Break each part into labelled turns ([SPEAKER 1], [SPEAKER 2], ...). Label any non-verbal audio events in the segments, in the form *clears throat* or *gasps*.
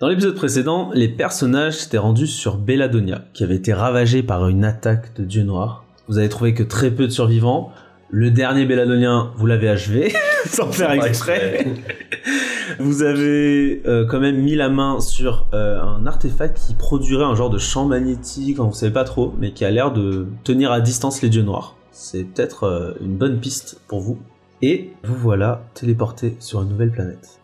[SPEAKER 1] Dans l'épisode précédent, les personnages s'étaient rendus sur Belladonia, qui avait été ravagée par une attaque de dieu noir. Vous avez trouvé que très peu de survivants. Le dernier Belladonien, vous l'avez achevé, *laughs* sans faire
[SPEAKER 2] pas
[SPEAKER 1] exprès. vous avez euh, quand même mis la main sur euh, un artefact qui produirait un genre de champ magnétique, on ne savait pas trop, mais qui a l'air de tenir à distance les dieux noirs. C'est peut-être euh, une bonne piste pour vous. Et vous voilà téléporté sur une nouvelle planète.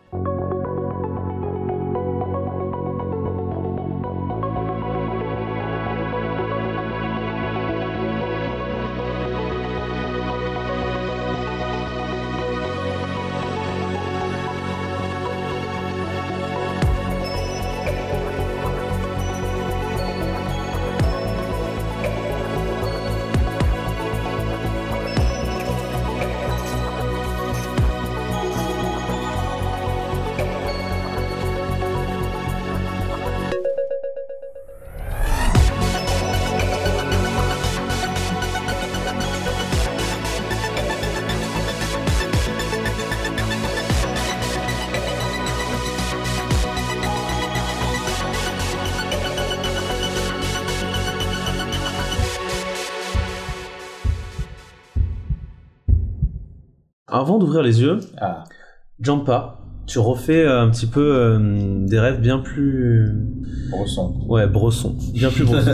[SPEAKER 1] Avant d'ouvrir les yeux,
[SPEAKER 2] *laughs* Ah.
[SPEAKER 1] Jampa, tu refais euh, un petit peu euh, des rêves bien plus.
[SPEAKER 2] Bresson.
[SPEAKER 1] Ouais, brosson. Bien plus brosson.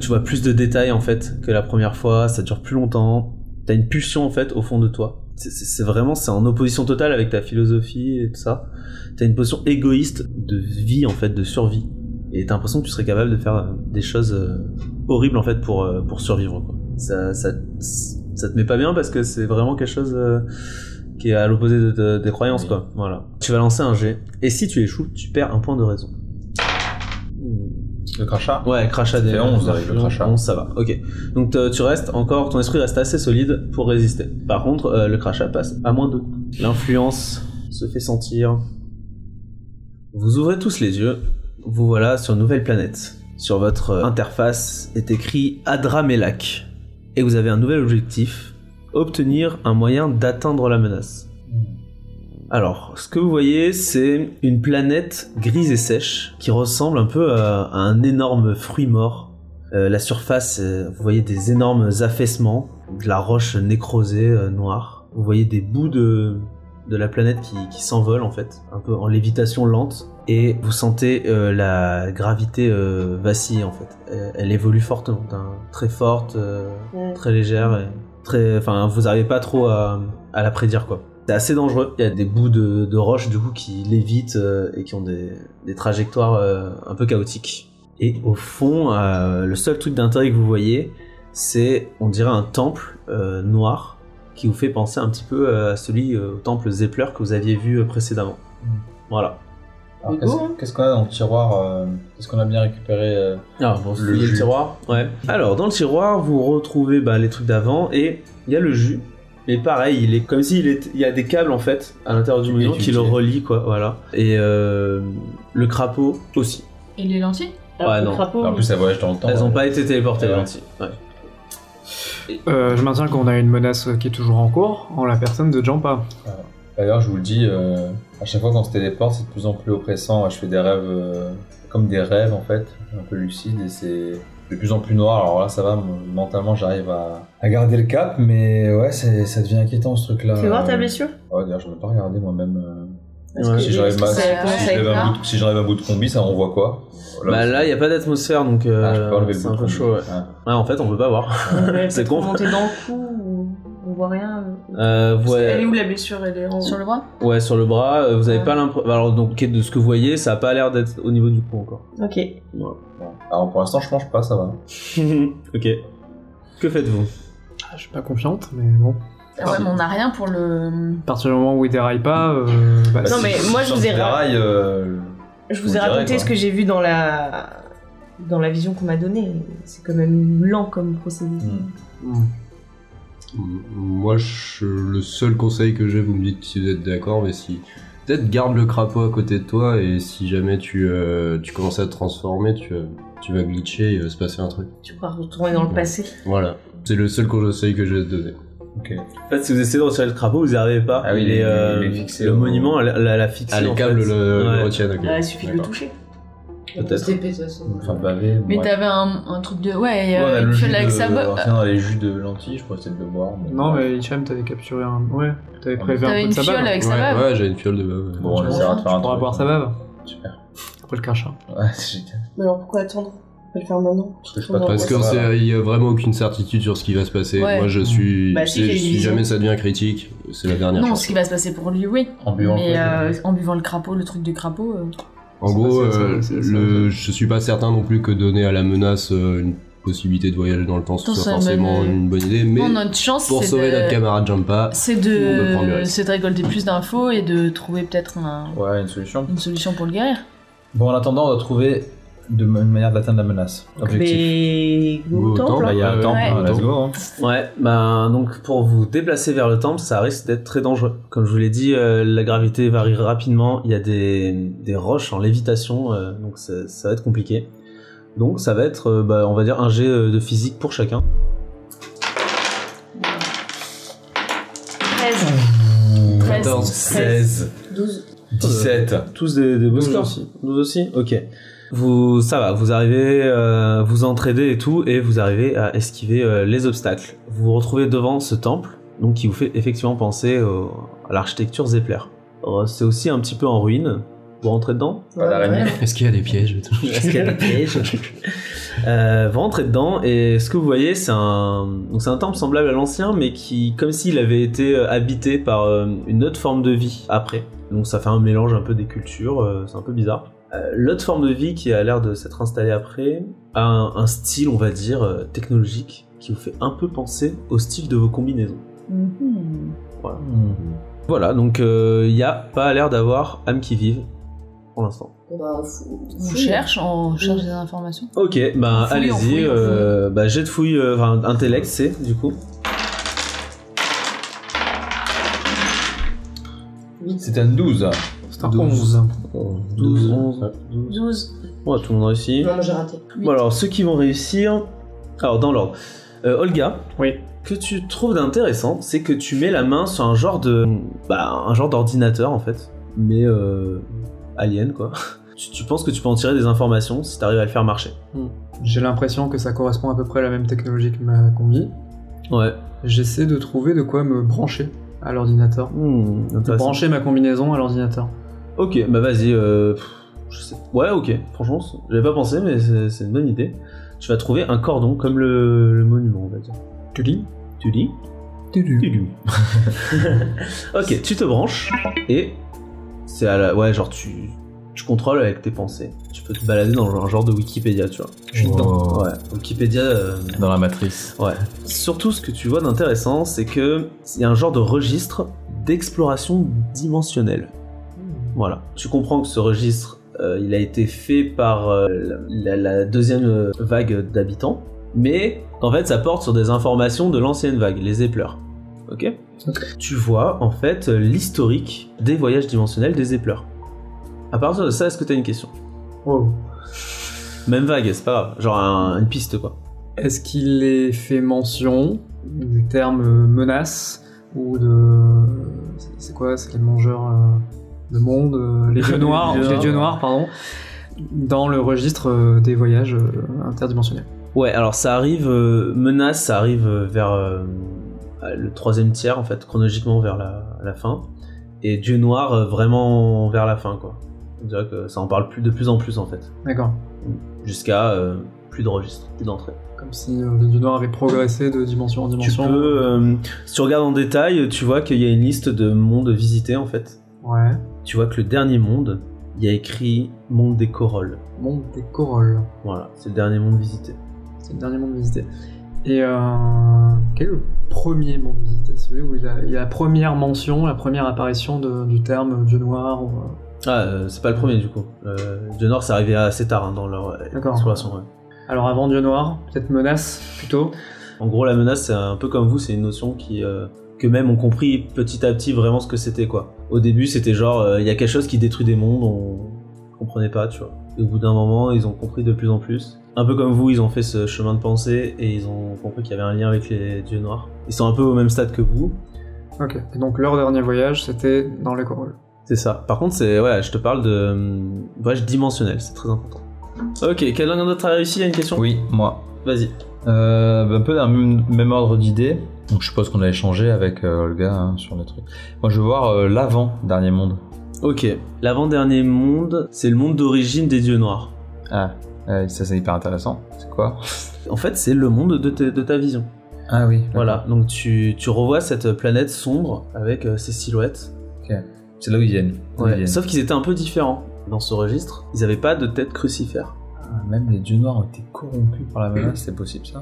[SPEAKER 1] tu vois plus de détails en fait que la première fois, ça dure plus longtemps. T'as une pulsion en fait au fond de toi. C'est- C'est c'est vraiment, c'est en opposition totale avec ta philosophie et tout ça. T'as une position égoïste de vie en fait, de survie. Et t'as l'impression que tu serais capable de faire euh, des choses euh, horribles en fait pour, euh, pour survivre quoi. Ça, ça, ça te met pas bien parce que c'est vraiment quelque chose euh, qui est à l'opposé de, de- des croyances
[SPEAKER 2] Oui.
[SPEAKER 1] quoi. Voilà. Tu vas lancer un jet. Et si tu échoues, tu perds un point de raison.
[SPEAKER 2] Le crachat
[SPEAKER 1] Ouais, crachat des
[SPEAKER 2] fait 11 avec le crachat.
[SPEAKER 1] 11, ça va, ok. Donc te- tu restes encore, ton esprit reste assez solide pour résister. Par contre, euh, le crachat passe à moins 2. L'influence se fait sentir. Vous ouvrez tous les yeux, vous voilà sur une nouvelle planète. Sur votre euh, interface est écrit Adramelak. Et vous avez un nouvel objectif obtenir un moyen d'atteindre la menace. Alors, ce que vous voyez, c'est une planète grise et sèche qui ressemble un peu à, à un énorme fruit mort. Euh, la surface, euh, vous voyez des énormes affaissements, de la roche nécrosée euh, noire. Vous voyez des bouts de, de la planète qui, qui s'envolent en fait, un peu en lévitation lente. Et vous sentez euh, la gravité euh, vaciller en fait. Elle, elle évolue fortement, d'un- très forte, euh, très légère. Et très, enfin, vous n'arrivez pas trop à, à la prédire quoi. C'est assez dangereux. Il y a des bouts de, de roches du coup qui lévitent euh, et qui ont des, des trajectoires euh, un peu chaotiques. Et au fond, euh, le seul truc d'intérêt que vous voyez, c'est on dirait un temple euh, noir qui vous fait penser un petit peu euh, à celui euh, au temple Zepler que vous aviez vu euh, précédemment.
[SPEAKER 2] Mm.
[SPEAKER 1] Voilà.
[SPEAKER 2] Alors,
[SPEAKER 3] Mais
[SPEAKER 2] qu'est-ce,
[SPEAKER 3] go, hein.
[SPEAKER 2] qu'est-ce qu'on a dans le tiroir euh, Qu'est-ce qu'on a bien récupéré euh,
[SPEAKER 1] Alors, Ah, bon,
[SPEAKER 2] Le jus.
[SPEAKER 1] tiroir. Ouais. Alors, dans le tiroir, vous retrouvez bah, les trucs d'avant et il y a le jus. Mais pareil, il est comme s'il est... il y a des câbles en fait à l'intérieur du
[SPEAKER 2] Il
[SPEAKER 1] moulin
[SPEAKER 2] est
[SPEAKER 1] qui le
[SPEAKER 2] utile.
[SPEAKER 1] relient quoi. Voilà. Et euh, le crapaud aussi.
[SPEAKER 3] Et les lentilles
[SPEAKER 1] Ouais,
[SPEAKER 3] Ah, le
[SPEAKER 1] non.
[SPEAKER 3] crapaud,
[SPEAKER 2] En plus, elle voyage dans le temps.
[SPEAKER 1] Elles n'ont pas été téléportées.
[SPEAKER 2] Eh Ouais.
[SPEAKER 1] les lentilles. Ouais.
[SPEAKER 4] Euh, je maintiens qu'on a une menace euh, qui est toujours en cours en la personne de Jampa.
[SPEAKER 2] D'ailleurs, je vous le dis, euh, à chaque fois qu'on se téléporte, c'est de plus en plus oppressant. Je fais des rêves euh, comme des rêves en fait, un peu lucides et c'est de plus en plus noir. Alors là, ça va, mon- mentalement, j'arrive à, à garder le cap, mais ouais, c'est- ça devient inquiétant ce truc-là.
[SPEAKER 3] Fais voir ta
[SPEAKER 2] Euh,
[SPEAKER 3] blessure.
[SPEAKER 2] Ouais, d'ailleurs, je ne pas regarder moi-même. euh,
[SPEAKER 3] Parce
[SPEAKER 1] Ouais.
[SPEAKER 3] que-
[SPEAKER 2] Si j'arrive
[SPEAKER 3] parce que
[SPEAKER 2] ma-
[SPEAKER 3] ça commence
[SPEAKER 2] si
[SPEAKER 3] à
[SPEAKER 2] je
[SPEAKER 3] être
[SPEAKER 2] lève un
[SPEAKER 3] là.
[SPEAKER 2] bout de- si j'enlève un bout de combi, ça renvoie quoi
[SPEAKER 1] bah là, il n'y a pas d'atmosphère donc euh,
[SPEAKER 2] Ah, je peux pas enlever le
[SPEAKER 1] c'est
[SPEAKER 2] bout
[SPEAKER 1] un
[SPEAKER 2] de
[SPEAKER 1] peu
[SPEAKER 2] combi.
[SPEAKER 1] chaud. Ouais.
[SPEAKER 2] Ah.
[SPEAKER 1] Ouais, en fait, on peut pas voir. *laughs*
[SPEAKER 3] Ouais,
[SPEAKER 1] C'est
[SPEAKER 3] peut-être
[SPEAKER 1] con.
[SPEAKER 3] Monter dans le cou, ou- on voit rien. euh.
[SPEAKER 1] Euh,
[SPEAKER 3] Elle est
[SPEAKER 1] ouais,
[SPEAKER 3] où la blessure Elle est en-
[SPEAKER 5] Sur le bras
[SPEAKER 1] ouais, sur le bras, euh, vous avez
[SPEAKER 3] Ouais.
[SPEAKER 1] pas l'impression. Alors, donc, de ce que vous voyez, ça a pas l'air d'être au niveau du cou encore. *laughs*
[SPEAKER 3] Ok.
[SPEAKER 2] Bon. Alors pour l'instant, je mange pas, ça va.
[SPEAKER 1] ok. Que faites-vous
[SPEAKER 4] Ah, je suis pas confiante, mais bon.
[SPEAKER 5] Ah ouais, mais on n'a rien pour le.
[SPEAKER 4] À partir du moment où il déraille pas, euh, bah,
[SPEAKER 2] Bah,
[SPEAKER 3] Non,
[SPEAKER 4] si-
[SPEAKER 3] mais
[SPEAKER 2] si-
[SPEAKER 3] moi,
[SPEAKER 2] si
[SPEAKER 3] je vous
[SPEAKER 2] ça
[SPEAKER 3] ai
[SPEAKER 2] me
[SPEAKER 3] ra-
[SPEAKER 2] déraille, euh,
[SPEAKER 3] Je
[SPEAKER 2] On
[SPEAKER 3] vous ai
[SPEAKER 2] dirait,
[SPEAKER 3] raconté
[SPEAKER 2] quoi.
[SPEAKER 3] ce que j'ai vu dans la dans la vision qu'on m'a donnée. C'est quand même lent comme procédé.
[SPEAKER 2] hmm.
[SPEAKER 4] Hmm.
[SPEAKER 6] M- Moi, je- le seul conseil que j'ai, vous me dites si vous êtes d'accord, mais si. Peut-être garde le crapaud à côté de toi et si jamais tu, euh, tu commences à te transformer, tu, euh, tu vas glitcher et il va se passer un truc.
[SPEAKER 3] Tu pourras retourner dans le passé.
[SPEAKER 6] Voilà. C'est le seul conseil que j'ai à te donner.
[SPEAKER 2] Ok.
[SPEAKER 1] En fait, si vous essayez de retirer le crapaud, vous n'y arrivez pas.
[SPEAKER 2] Ah oui,
[SPEAKER 1] Il
[SPEAKER 2] il
[SPEAKER 1] est,
[SPEAKER 2] est-
[SPEAKER 1] euh,
[SPEAKER 2] il est fixé
[SPEAKER 1] le
[SPEAKER 2] au-
[SPEAKER 1] monument, la, la, la fixe.
[SPEAKER 6] Ah, les
[SPEAKER 1] en
[SPEAKER 6] câbles
[SPEAKER 1] fait.
[SPEAKER 6] le, le
[SPEAKER 1] Ouais.
[SPEAKER 6] retiennent, ok.
[SPEAKER 3] Bah, il suffit de le
[SPEAKER 6] D'accord.
[SPEAKER 3] toucher.
[SPEAKER 1] Peut-être.
[SPEAKER 2] Enfin, bavé.
[SPEAKER 5] Mais
[SPEAKER 2] ouais.
[SPEAKER 5] t'avais un, un truc de. Ouais, et,
[SPEAKER 2] Ouais, on a
[SPEAKER 5] euh,
[SPEAKER 2] le
[SPEAKER 5] tu
[SPEAKER 2] jus
[SPEAKER 5] fais avec sa
[SPEAKER 2] de-
[SPEAKER 5] bo-
[SPEAKER 2] alors, sinon, on a les jus de lentilles, je pourrais peut-être le boire. mais-
[SPEAKER 4] Non, mais Hicham, t'avais capturé un. Ouais, t'avais prévu un
[SPEAKER 5] T'avais
[SPEAKER 4] peu de
[SPEAKER 5] une
[SPEAKER 4] sa
[SPEAKER 5] fiole
[SPEAKER 4] bave.
[SPEAKER 5] avec sa
[SPEAKER 6] Ouais,
[SPEAKER 5] bave.
[SPEAKER 6] ouais, j'avais une fiole de bave.
[SPEAKER 2] Bon, on
[SPEAKER 5] Ouais.
[SPEAKER 2] essaiera de faire un
[SPEAKER 4] On pourra
[SPEAKER 2] truc.
[SPEAKER 4] boire sa bave.
[SPEAKER 2] Super. *laughs*
[SPEAKER 4] Après le cachin.
[SPEAKER 2] Ouais, c'est génial.
[SPEAKER 3] Mais alors pourquoi attendre On peut le faire maintenant.
[SPEAKER 2] Je touche pas trop.
[SPEAKER 3] Parce
[SPEAKER 6] Parce
[SPEAKER 2] ça, là.
[SPEAKER 6] qu'il n'y a vraiment aucune certitude sur ce qui va se passer.
[SPEAKER 5] Ouais.
[SPEAKER 1] Mm.
[SPEAKER 6] Moi, je suis.
[SPEAKER 3] Bah, si,
[SPEAKER 6] si
[SPEAKER 3] j'ai une
[SPEAKER 6] si
[SPEAKER 3] vision.
[SPEAKER 6] jamais ça devient critique, c'est la dernière
[SPEAKER 5] Non,
[SPEAKER 6] chance.
[SPEAKER 5] ce qui va se passer pour lui, oui.
[SPEAKER 2] En buvant
[SPEAKER 5] Mais
[SPEAKER 2] le
[SPEAKER 5] euh,
[SPEAKER 2] coup,
[SPEAKER 5] en buvant le crapaud, le truc du crapaud. euh,
[SPEAKER 6] En
[SPEAKER 4] C'est
[SPEAKER 6] gros,
[SPEAKER 4] pas ça,
[SPEAKER 6] euh,
[SPEAKER 4] c'est- c'est-
[SPEAKER 6] le- je suis pas certain non plus que donner à la menace euh, une possibilité de voyager dans le temps ce
[SPEAKER 5] Attends,
[SPEAKER 6] soit
[SPEAKER 5] ça
[SPEAKER 6] forcément
[SPEAKER 5] mène-
[SPEAKER 6] une bonne idée, mais
[SPEAKER 5] non, notre chance,
[SPEAKER 6] pour
[SPEAKER 5] euh, c'est
[SPEAKER 6] sauver
[SPEAKER 5] de-
[SPEAKER 6] notre camarade Jumpa,
[SPEAKER 5] c'est
[SPEAKER 6] On peut prendre le
[SPEAKER 5] de,
[SPEAKER 6] risque.
[SPEAKER 5] c'est de récolter plus d'infos et de trouver peut-être un-
[SPEAKER 2] Ouais, une solution.
[SPEAKER 5] une solution pour le guérir.
[SPEAKER 2] Bon, en attendant, on doit trouver de ma- une manière d'atteindre la menace. Objectif.
[SPEAKER 3] Mais
[SPEAKER 6] Au
[SPEAKER 3] au temple.
[SPEAKER 6] temple,
[SPEAKER 2] Là, il y a un
[SPEAKER 6] Ouais.
[SPEAKER 2] temple, hein,
[SPEAKER 6] Ouais.
[SPEAKER 2] let's go. hein.
[SPEAKER 1] Ouais, ben donc pour vous déplacer vers le temple, ça risque d'être très dangereux. Comme je vous l'ai dit, euh, la gravité varie rapidement, il y a des, des roches en lévitation, euh, donc ça, ça va être compliqué. Donc ça va être, euh, bah, on va dire, un jet euh, de physique pour chacun.
[SPEAKER 5] 13.
[SPEAKER 6] 14,
[SPEAKER 1] 16,
[SPEAKER 5] 13.
[SPEAKER 3] 12.
[SPEAKER 2] 17.
[SPEAKER 1] tous des, des bons
[SPEAKER 4] Nous
[SPEAKER 1] scores
[SPEAKER 4] aussi.
[SPEAKER 1] Nous aussi Ok. Vous, ça va, vous arrivez, euh, vous entraidez et tout, et vous arrivez à esquiver euh, les obstacles. Vous vous retrouvez devant ce temple, donc qui vous fait effectivement penser au- à l'architecture Zepler. Euh, C'est aussi un petit peu en ruine. Vous rentrez dedans
[SPEAKER 3] hein.
[SPEAKER 2] Pas l'araignée.
[SPEAKER 6] est-ce qu'il y a des pièges
[SPEAKER 1] Est-ce qu'il y a des pièges Euh, Vous rentrez dedans et ce que vous voyez, c'est un, donc c'est un temple semblable à l'ancien, mais qui, comme s'il avait été euh, habité par euh, une autre forme de vie après. Donc ça fait un mélange un peu des cultures, euh, c'est un peu bizarre. Euh, L'autre forme de vie qui a l'air de s'être installée après a un, un style, on va dire, euh, technologique qui vous fait un peu penser au style de vos combinaisons.
[SPEAKER 5] Mhm.
[SPEAKER 2] Hmm.
[SPEAKER 1] Voilà, donc euh, il n'y a pas l'air d'avoir âme qui vive pour l'instant.
[SPEAKER 3] bah,
[SPEAKER 5] On cherche, on cherche des informations.
[SPEAKER 1] Ok, bah
[SPEAKER 5] On fouille, on
[SPEAKER 1] allez-y.
[SPEAKER 5] fouille, on
[SPEAKER 1] euh, bah jet de fouille, euh, enfin intellect, c'est du coup.
[SPEAKER 2] C'est un 12.
[SPEAKER 4] C'est un
[SPEAKER 2] 12.
[SPEAKER 4] 11.
[SPEAKER 1] 12, 11.
[SPEAKER 3] 12.
[SPEAKER 1] Ouais, tout le monde réussit.
[SPEAKER 3] Non, moi j'ai raté.
[SPEAKER 1] Bon, alors ceux qui vont réussir. Alors, dans l'ordre. Euh, Olga,
[SPEAKER 4] Oui.
[SPEAKER 1] que tu trouves d'intéressant, c'est que tu mets la main sur un genre de. Bah, un genre d'ordinateur en fait. Mais euh, alien quoi. *laughs* Tu, tu penses que tu peux en tirer des informations si t'arrives à le faire marcher.
[SPEAKER 4] J'ai l'impression que ça correspond à peu près à la même technologie que ma combi.
[SPEAKER 1] Ouais.
[SPEAKER 4] J'essaie de trouver de quoi me brancher à l'ordinateur.
[SPEAKER 1] Hmm,
[SPEAKER 4] De
[SPEAKER 1] intéressant.
[SPEAKER 4] brancher ma combinaison à l'ordinateur.
[SPEAKER 1] Ok, bah vas-y. euh, pff, je sais- Ouais, ok. Franchement, c'est- j'avais pas pensé, mais c'est c'est une bonne idée. Tu vas trouver un cordon comme le, le monument, on va dire.
[SPEAKER 4] Tu lis
[SPEAKER 1] Tu lis
[SPEAKER 4] Tu lis.
[SPEAKER 1] *laughs* Ok, tu te branches et c'est à la. Ouais, genre tu. Tu contrôles avec tes pensées. Tu peux te balader dans un genre de Wikipédia, tu vois.
[SPEAKER 4] Je suis dedans.
[SPEAKER 1] Ouais, Wikipédia. euh,
[SPEAKER 2] Dans la matrice.
[SPEAKER 1] Ouais. Surtout, ce que tu vois d'intéressant, c'est que il y a un genre de registre d'exploration dimensionnelle. Voilà. Tu comprends que ce registre, euh, il a été fait par euh, la, la deuxième euh, vague d'habitants, mais en fait, ça porte sur des informations de l'ancienne vague, les épleurs. Ok Tu vois, en fait, euh, l'historique des voyages dimensionnels des épleurs. À partir de ça, est-ce que tu as une question
[SPEAKER 4] Wow.
[SPEAKER 1] Même vague, c'est pas grave. Genre un- une piste, quoi.
[SPEAKER 4] Est-ce qu'il est fait mention du terme euh, menace ou de. c'est- C'est quoi C'est les mangeurs euh, de monde euh, Les dieux
[SPEAKER 1] *laughs*
[SPEAKER 4] noirs
[SPEAKER 1] Les dieux
[SPEAKER 4] Les dieux noirs, pardon. Dans le registre euh, des voyages euh, interdimensionnels.
[SPEAKER 1] Ouais, alors ça arrive, euh, menace, ça arrive euh, vers euh, le troisième tiers, en fait, chronologiquement vers la, la fin. Et Dieu Noir, euh, vraiment vers la fin, quoi. On dirait que ça en parle plus, de plus en plus, en fait.
[SPEAKER 4] D'accord.
[SPEAKER 1] Jusqu'à euh, plus de registre, plus d'entrée.
[SPEAKER 4] Comme si euh, les dieux noirs avaient progressé de dimension en
[SPEAKER 1] Tu
[SPEAKER 4] dimension.
[SPEAKER 1] peux, euh, si tu regardes en détail, tu vois qu'il y a une liste de mondes visités, en fait.
[SPEAKER 4] Ouais.
[SPEAKER 1] Tu vois que le dernier monde, il y a écrit Monde des Corolles.
[SPEAKER 4] Monde des corolles.
[SPEAKER 1] Voilà, c'est le dernier monde visité.
[SPEAKER 4] C'est le dernier monde visité. Et euh, quel est le premier monde visité Celui où il y a, il y a la première mention, la première apparition de- du terme dieu noir ou, euh,
[SPEAKER 1] Ah, euh, c'est pas le premier, du coup. Euh, Dieu Noir, c'est arrivé assez tard hein, dans leur euh,
[SPEAKER 4] D'accord.
[SPEAKER 1] exploration, ouais.
[SPEAKER 4] Alors avant Dieu Noir, peut-être menace plutôt.
[SPEAKER 1] En gros, la menace, c'est un peu comme vous, c'est une notion qui, euh, que même ont compris petit à petit vraiment ce que c'était, quoi. Au début, c'était genre, euh, il y a quelque chose qui détruit des mondes, on comprenait pas, tu vois. Et au bout d'un moment, ils ont compris de plus en plus. un peu comme vous, ils ont fait ce chemin de pensée et ils ont compris qu'il y avait un lien avec les dieux noirs. Ils sont un peu au même stade que vous,
[SPEAKER 4] Ok. Et donc leur dernier voyage, c'était dans les corolles.
[SPEAKER 1] c'est ça. Par contre, c'est ouais, je te parle de hum, voyage dimensionnel, c'est très important. Ok, quel l'un d'autre a réussi Il y a une question
[SPEAKER 2] Oui, moi.
[SPEAKER 1] Vas-y.
[SPEAKER 2] Euh, bah, un peu dans le même, même ordre d'idée. Donc je suppose qu'on a échangé avec euh, Olga hein, sur les trucs. Moi je veux voir euh, l'avant dernier monde.
[SPEAKER 1] Ok, l'avant-dernier monde, c'est le monde d'origine des dieux noirs.
[SPEAKER 2] Ah, euh, ça c'est hyper intéressant. C'est quoi
[SPEAKER 1] En fait, c'est le monde de, ta- de ta vision.
[SPEAKER 2] Ah oui.
[SPEAKER 1] Voilà, donc tu, tu revois cette planète sombre avec euh, ses silhouettes.
[SPEAKER 2] C'est là où ils viennent. D'où ils
[SPEAKER 1] Ouais.
[SPEAKER 2] viennent.
[SPEAKER 1] Sauf qu'ils étaient un peu différents dans ce registre. Ils n'avaient pas de tête crucifère.
[SPEAKER 2] Ah, Même les dieux noirs ont été corrompus par la menace. C'est possible ça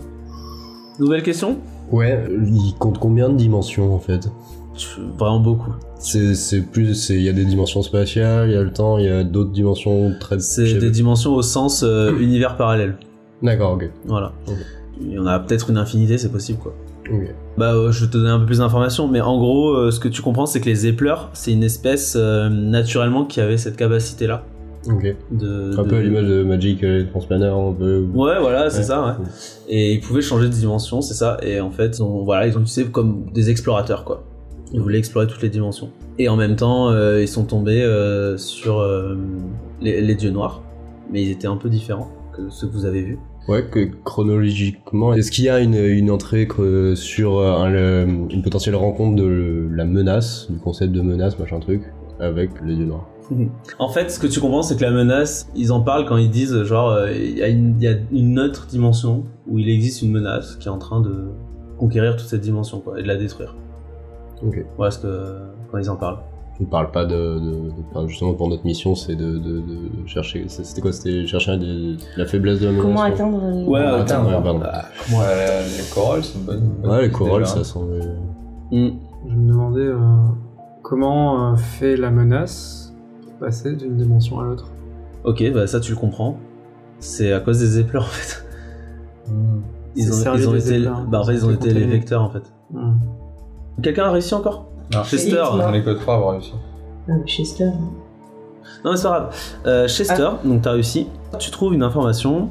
[SPEAKER 1] Nouvelle question
[SPEAKER 6] *laughs* Ouais, il compte combien de dimensions en fait
[SPEAKER 1] Tu- Vraiment beaucoup.
[SPEAKER 6] C'est c'est plus, c'est il y a des dimensions spatiales, il y a le temps, il y a d'autres dimensions très. je
[SPEAKER 1] C'est
[SPEAKER 6] sais
[SPEAKER 1] des
[SPEAKER 6] pas.
[SPEAKER 1] dimensions au sens
[SPEAKER 6] *clears throat*
[SPEAKER 1] euh, univers parallèle.
[SPEAKER 6] D'accord, ok.
[SPEAKER 1] Voilà.
[SPEAKER 6] Ok.
[SPEAKER 1] Il y en a peut-être une infinité, c'est possible quoi.
[SPEAKER 6] Ok.
[SPEAKER 1] Bah, euh, je vais te donner un peu plus d'informations, mais en gros, euh, ce que tu comprends, c'est que les épleurs, c'est une espèce euh, naturellement qui avait cette capacité-là.
[SPEAKER 6] ok.
[SPEAKER 1] De,
[SPEAKER 6] Un
[SPEAKER 1] de-
[SPEAKER 6] peu à l'image de Magic euh, Transplaner, un peu.
[SPEAKER 1] Ouais, voilà, c'est
[SPEAKER 6] Ouais.
[SPEAKER 1] ça, ouais. et ils pouvaient changer de dimension, c'est ça. Et en fait, on, voilà, ils ont utilisé comme des explorateurs, quoi. Ils voulaient explorer toutes les dimensions. Et en même temps, euh, ils sont tombés euh, sur euh, les, les dieux noirs, mais ils étaient un peu différents que ceux que vous avez vus.
[SPEAKER 6] Ouais, que chronologiquement, est-ce qu'il y a une, une entrée que- sur euh, un, le- une potentielle rencontre de le- la menace, du concept de menace, machin truc, avec les dieux noirs
[SPEAKER 1] En fait, ce que tu comprends, c'est que la menace, ils en parlent quand ils disent, genre, euh, il y, a une- il y a une autre dimension où il existe une menace qui est en train de conquérir toute cette dimension, quoi, et de la détruire.
[SPEAKER 6] Ok.
[SPEAKER 1] Voilà ce que quand ils en parlent.
[SPEAKER 6] On parle pas de. de- de- enfin, justement, pour notre mission, c'est de, de- de chercher. c'est- C'était quoi C'était chercher des- la faiblesse de la menace
[SPEAKER 3] Comment
[SPEAKER 6] quoi.
[SPEAKER 3] atteindre euh, le-
[SPEAKER 1] Ouais,
[SPEAKER 6] Ah,
[SPEAKER 1] atteindre-
[SPEAKER 6] attends, ouais, pardon.
[SPEAKER 2] Comment les corolles, c'est une bonne.
[SPEAKER 6] Ouais, les corolles, ça semble.
[SPEAKER 1] Hmm.
[SPEAKER 4] Je me demandais euh, comment euh, fait la menace pour passer d'une dimension à l'autre.
[SPEAKER 1] Ok, bah ça tu le comprends. C'est à cause des épleurs en fait. Ils
[SPEAKER 2] hein. Hmm.
[SPEAKER 4] C'est
[SPEAKER 1] ont,
[SPEAKER 4] servi
[SPEAKER 1] ils ont
[SPEAKER 4] des
[SPEAKER 1] été,
[SPEAKER 4] épleurs, hein.
[SPEAKER 1] bah, en fait, ils ont
[SPEAKER 4] C'était
[SPEAKER 1] été les
[SPEAKER 4] contaminé.
[SPEAKER 1] vecteurs en fait.
[SPEAKER 4] Hmm.
[SPEAKER 1] Quelqu'un a réussi encore Chester.
[SPEAKER 3] Elite, moi.
[SPEAKER 2] J'en ai que 3 à avoir réussi.
[SPEAKER 3] Ah, mais Chester.
[SPEAKER 1] Non mais c'est pas grave. Euh, Chester, donc t'as réussi. Tu trouves une information,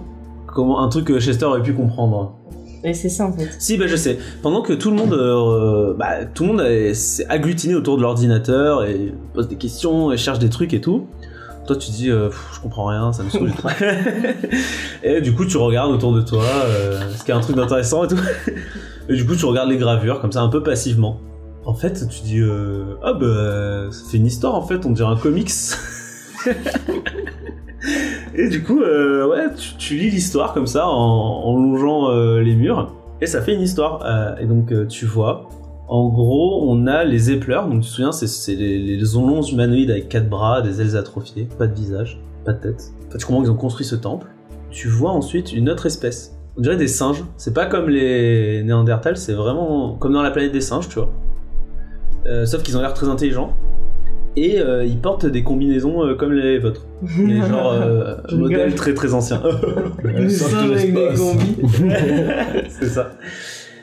[SPEAKER 1] comment un truc que Chester aurait pu comprendre.
[SPEAKER 3] Mais c'est ça en fait.
[SPEAKER 1] Si, bah je sais. Pendant que tout le monde, euh, bah, tout le monde est- s'est agglutiné autour de l'ordinateur et pose des questions et cherche des trucs et tout. Toi tu dis, euh, Pff, je comprends rien, ça me saoule. *laughs* et du coup tu regardes autour de toi, euh, ce qu'il y a un truc d'intéressant et tout. *laughs* Et du coup tu regardes les gravures comme ça un peu passivement. En fait tu dis, euh, ah bah ça fait une histoire en fait, on dirait un comics. *laughs* et du coup euh, ouais tu, tu lis l'histoire comme ça en, en longeant euh, les murs. Et ça fait une histoire. Euh, et donc, euh, tu vois, en gros, on a les épleurs. Donc, tu te souviens, c'est- c'est les, les onglons humanoïdes avec quatre bras, des ailes atrophiées, pas de visage, pas de tête. Enfin, tu comprends qu'ils ont construit ce temple. Tu vois ensuite une autre espèce. On dirait des singes. C'est pas comme les Néandertals, c'est vraiment comme dans la planète des singes, tu vois. Euh, sauf qu'ils ont l'air très intelligents. Et euh, ils portent des combinaisons euh, comme les vôtres. Mais
[SPEAKER 3] *laughs*
[SPEAKER 1] genre, euh,
[SPEAKER 3] Je rigole.
[SPEAKER 1] modèle très très ancien.
[SPEAKER 3] *laughs* Nous sommes avec des combis.
[SPEAKER 1] *laughs* c'est ça.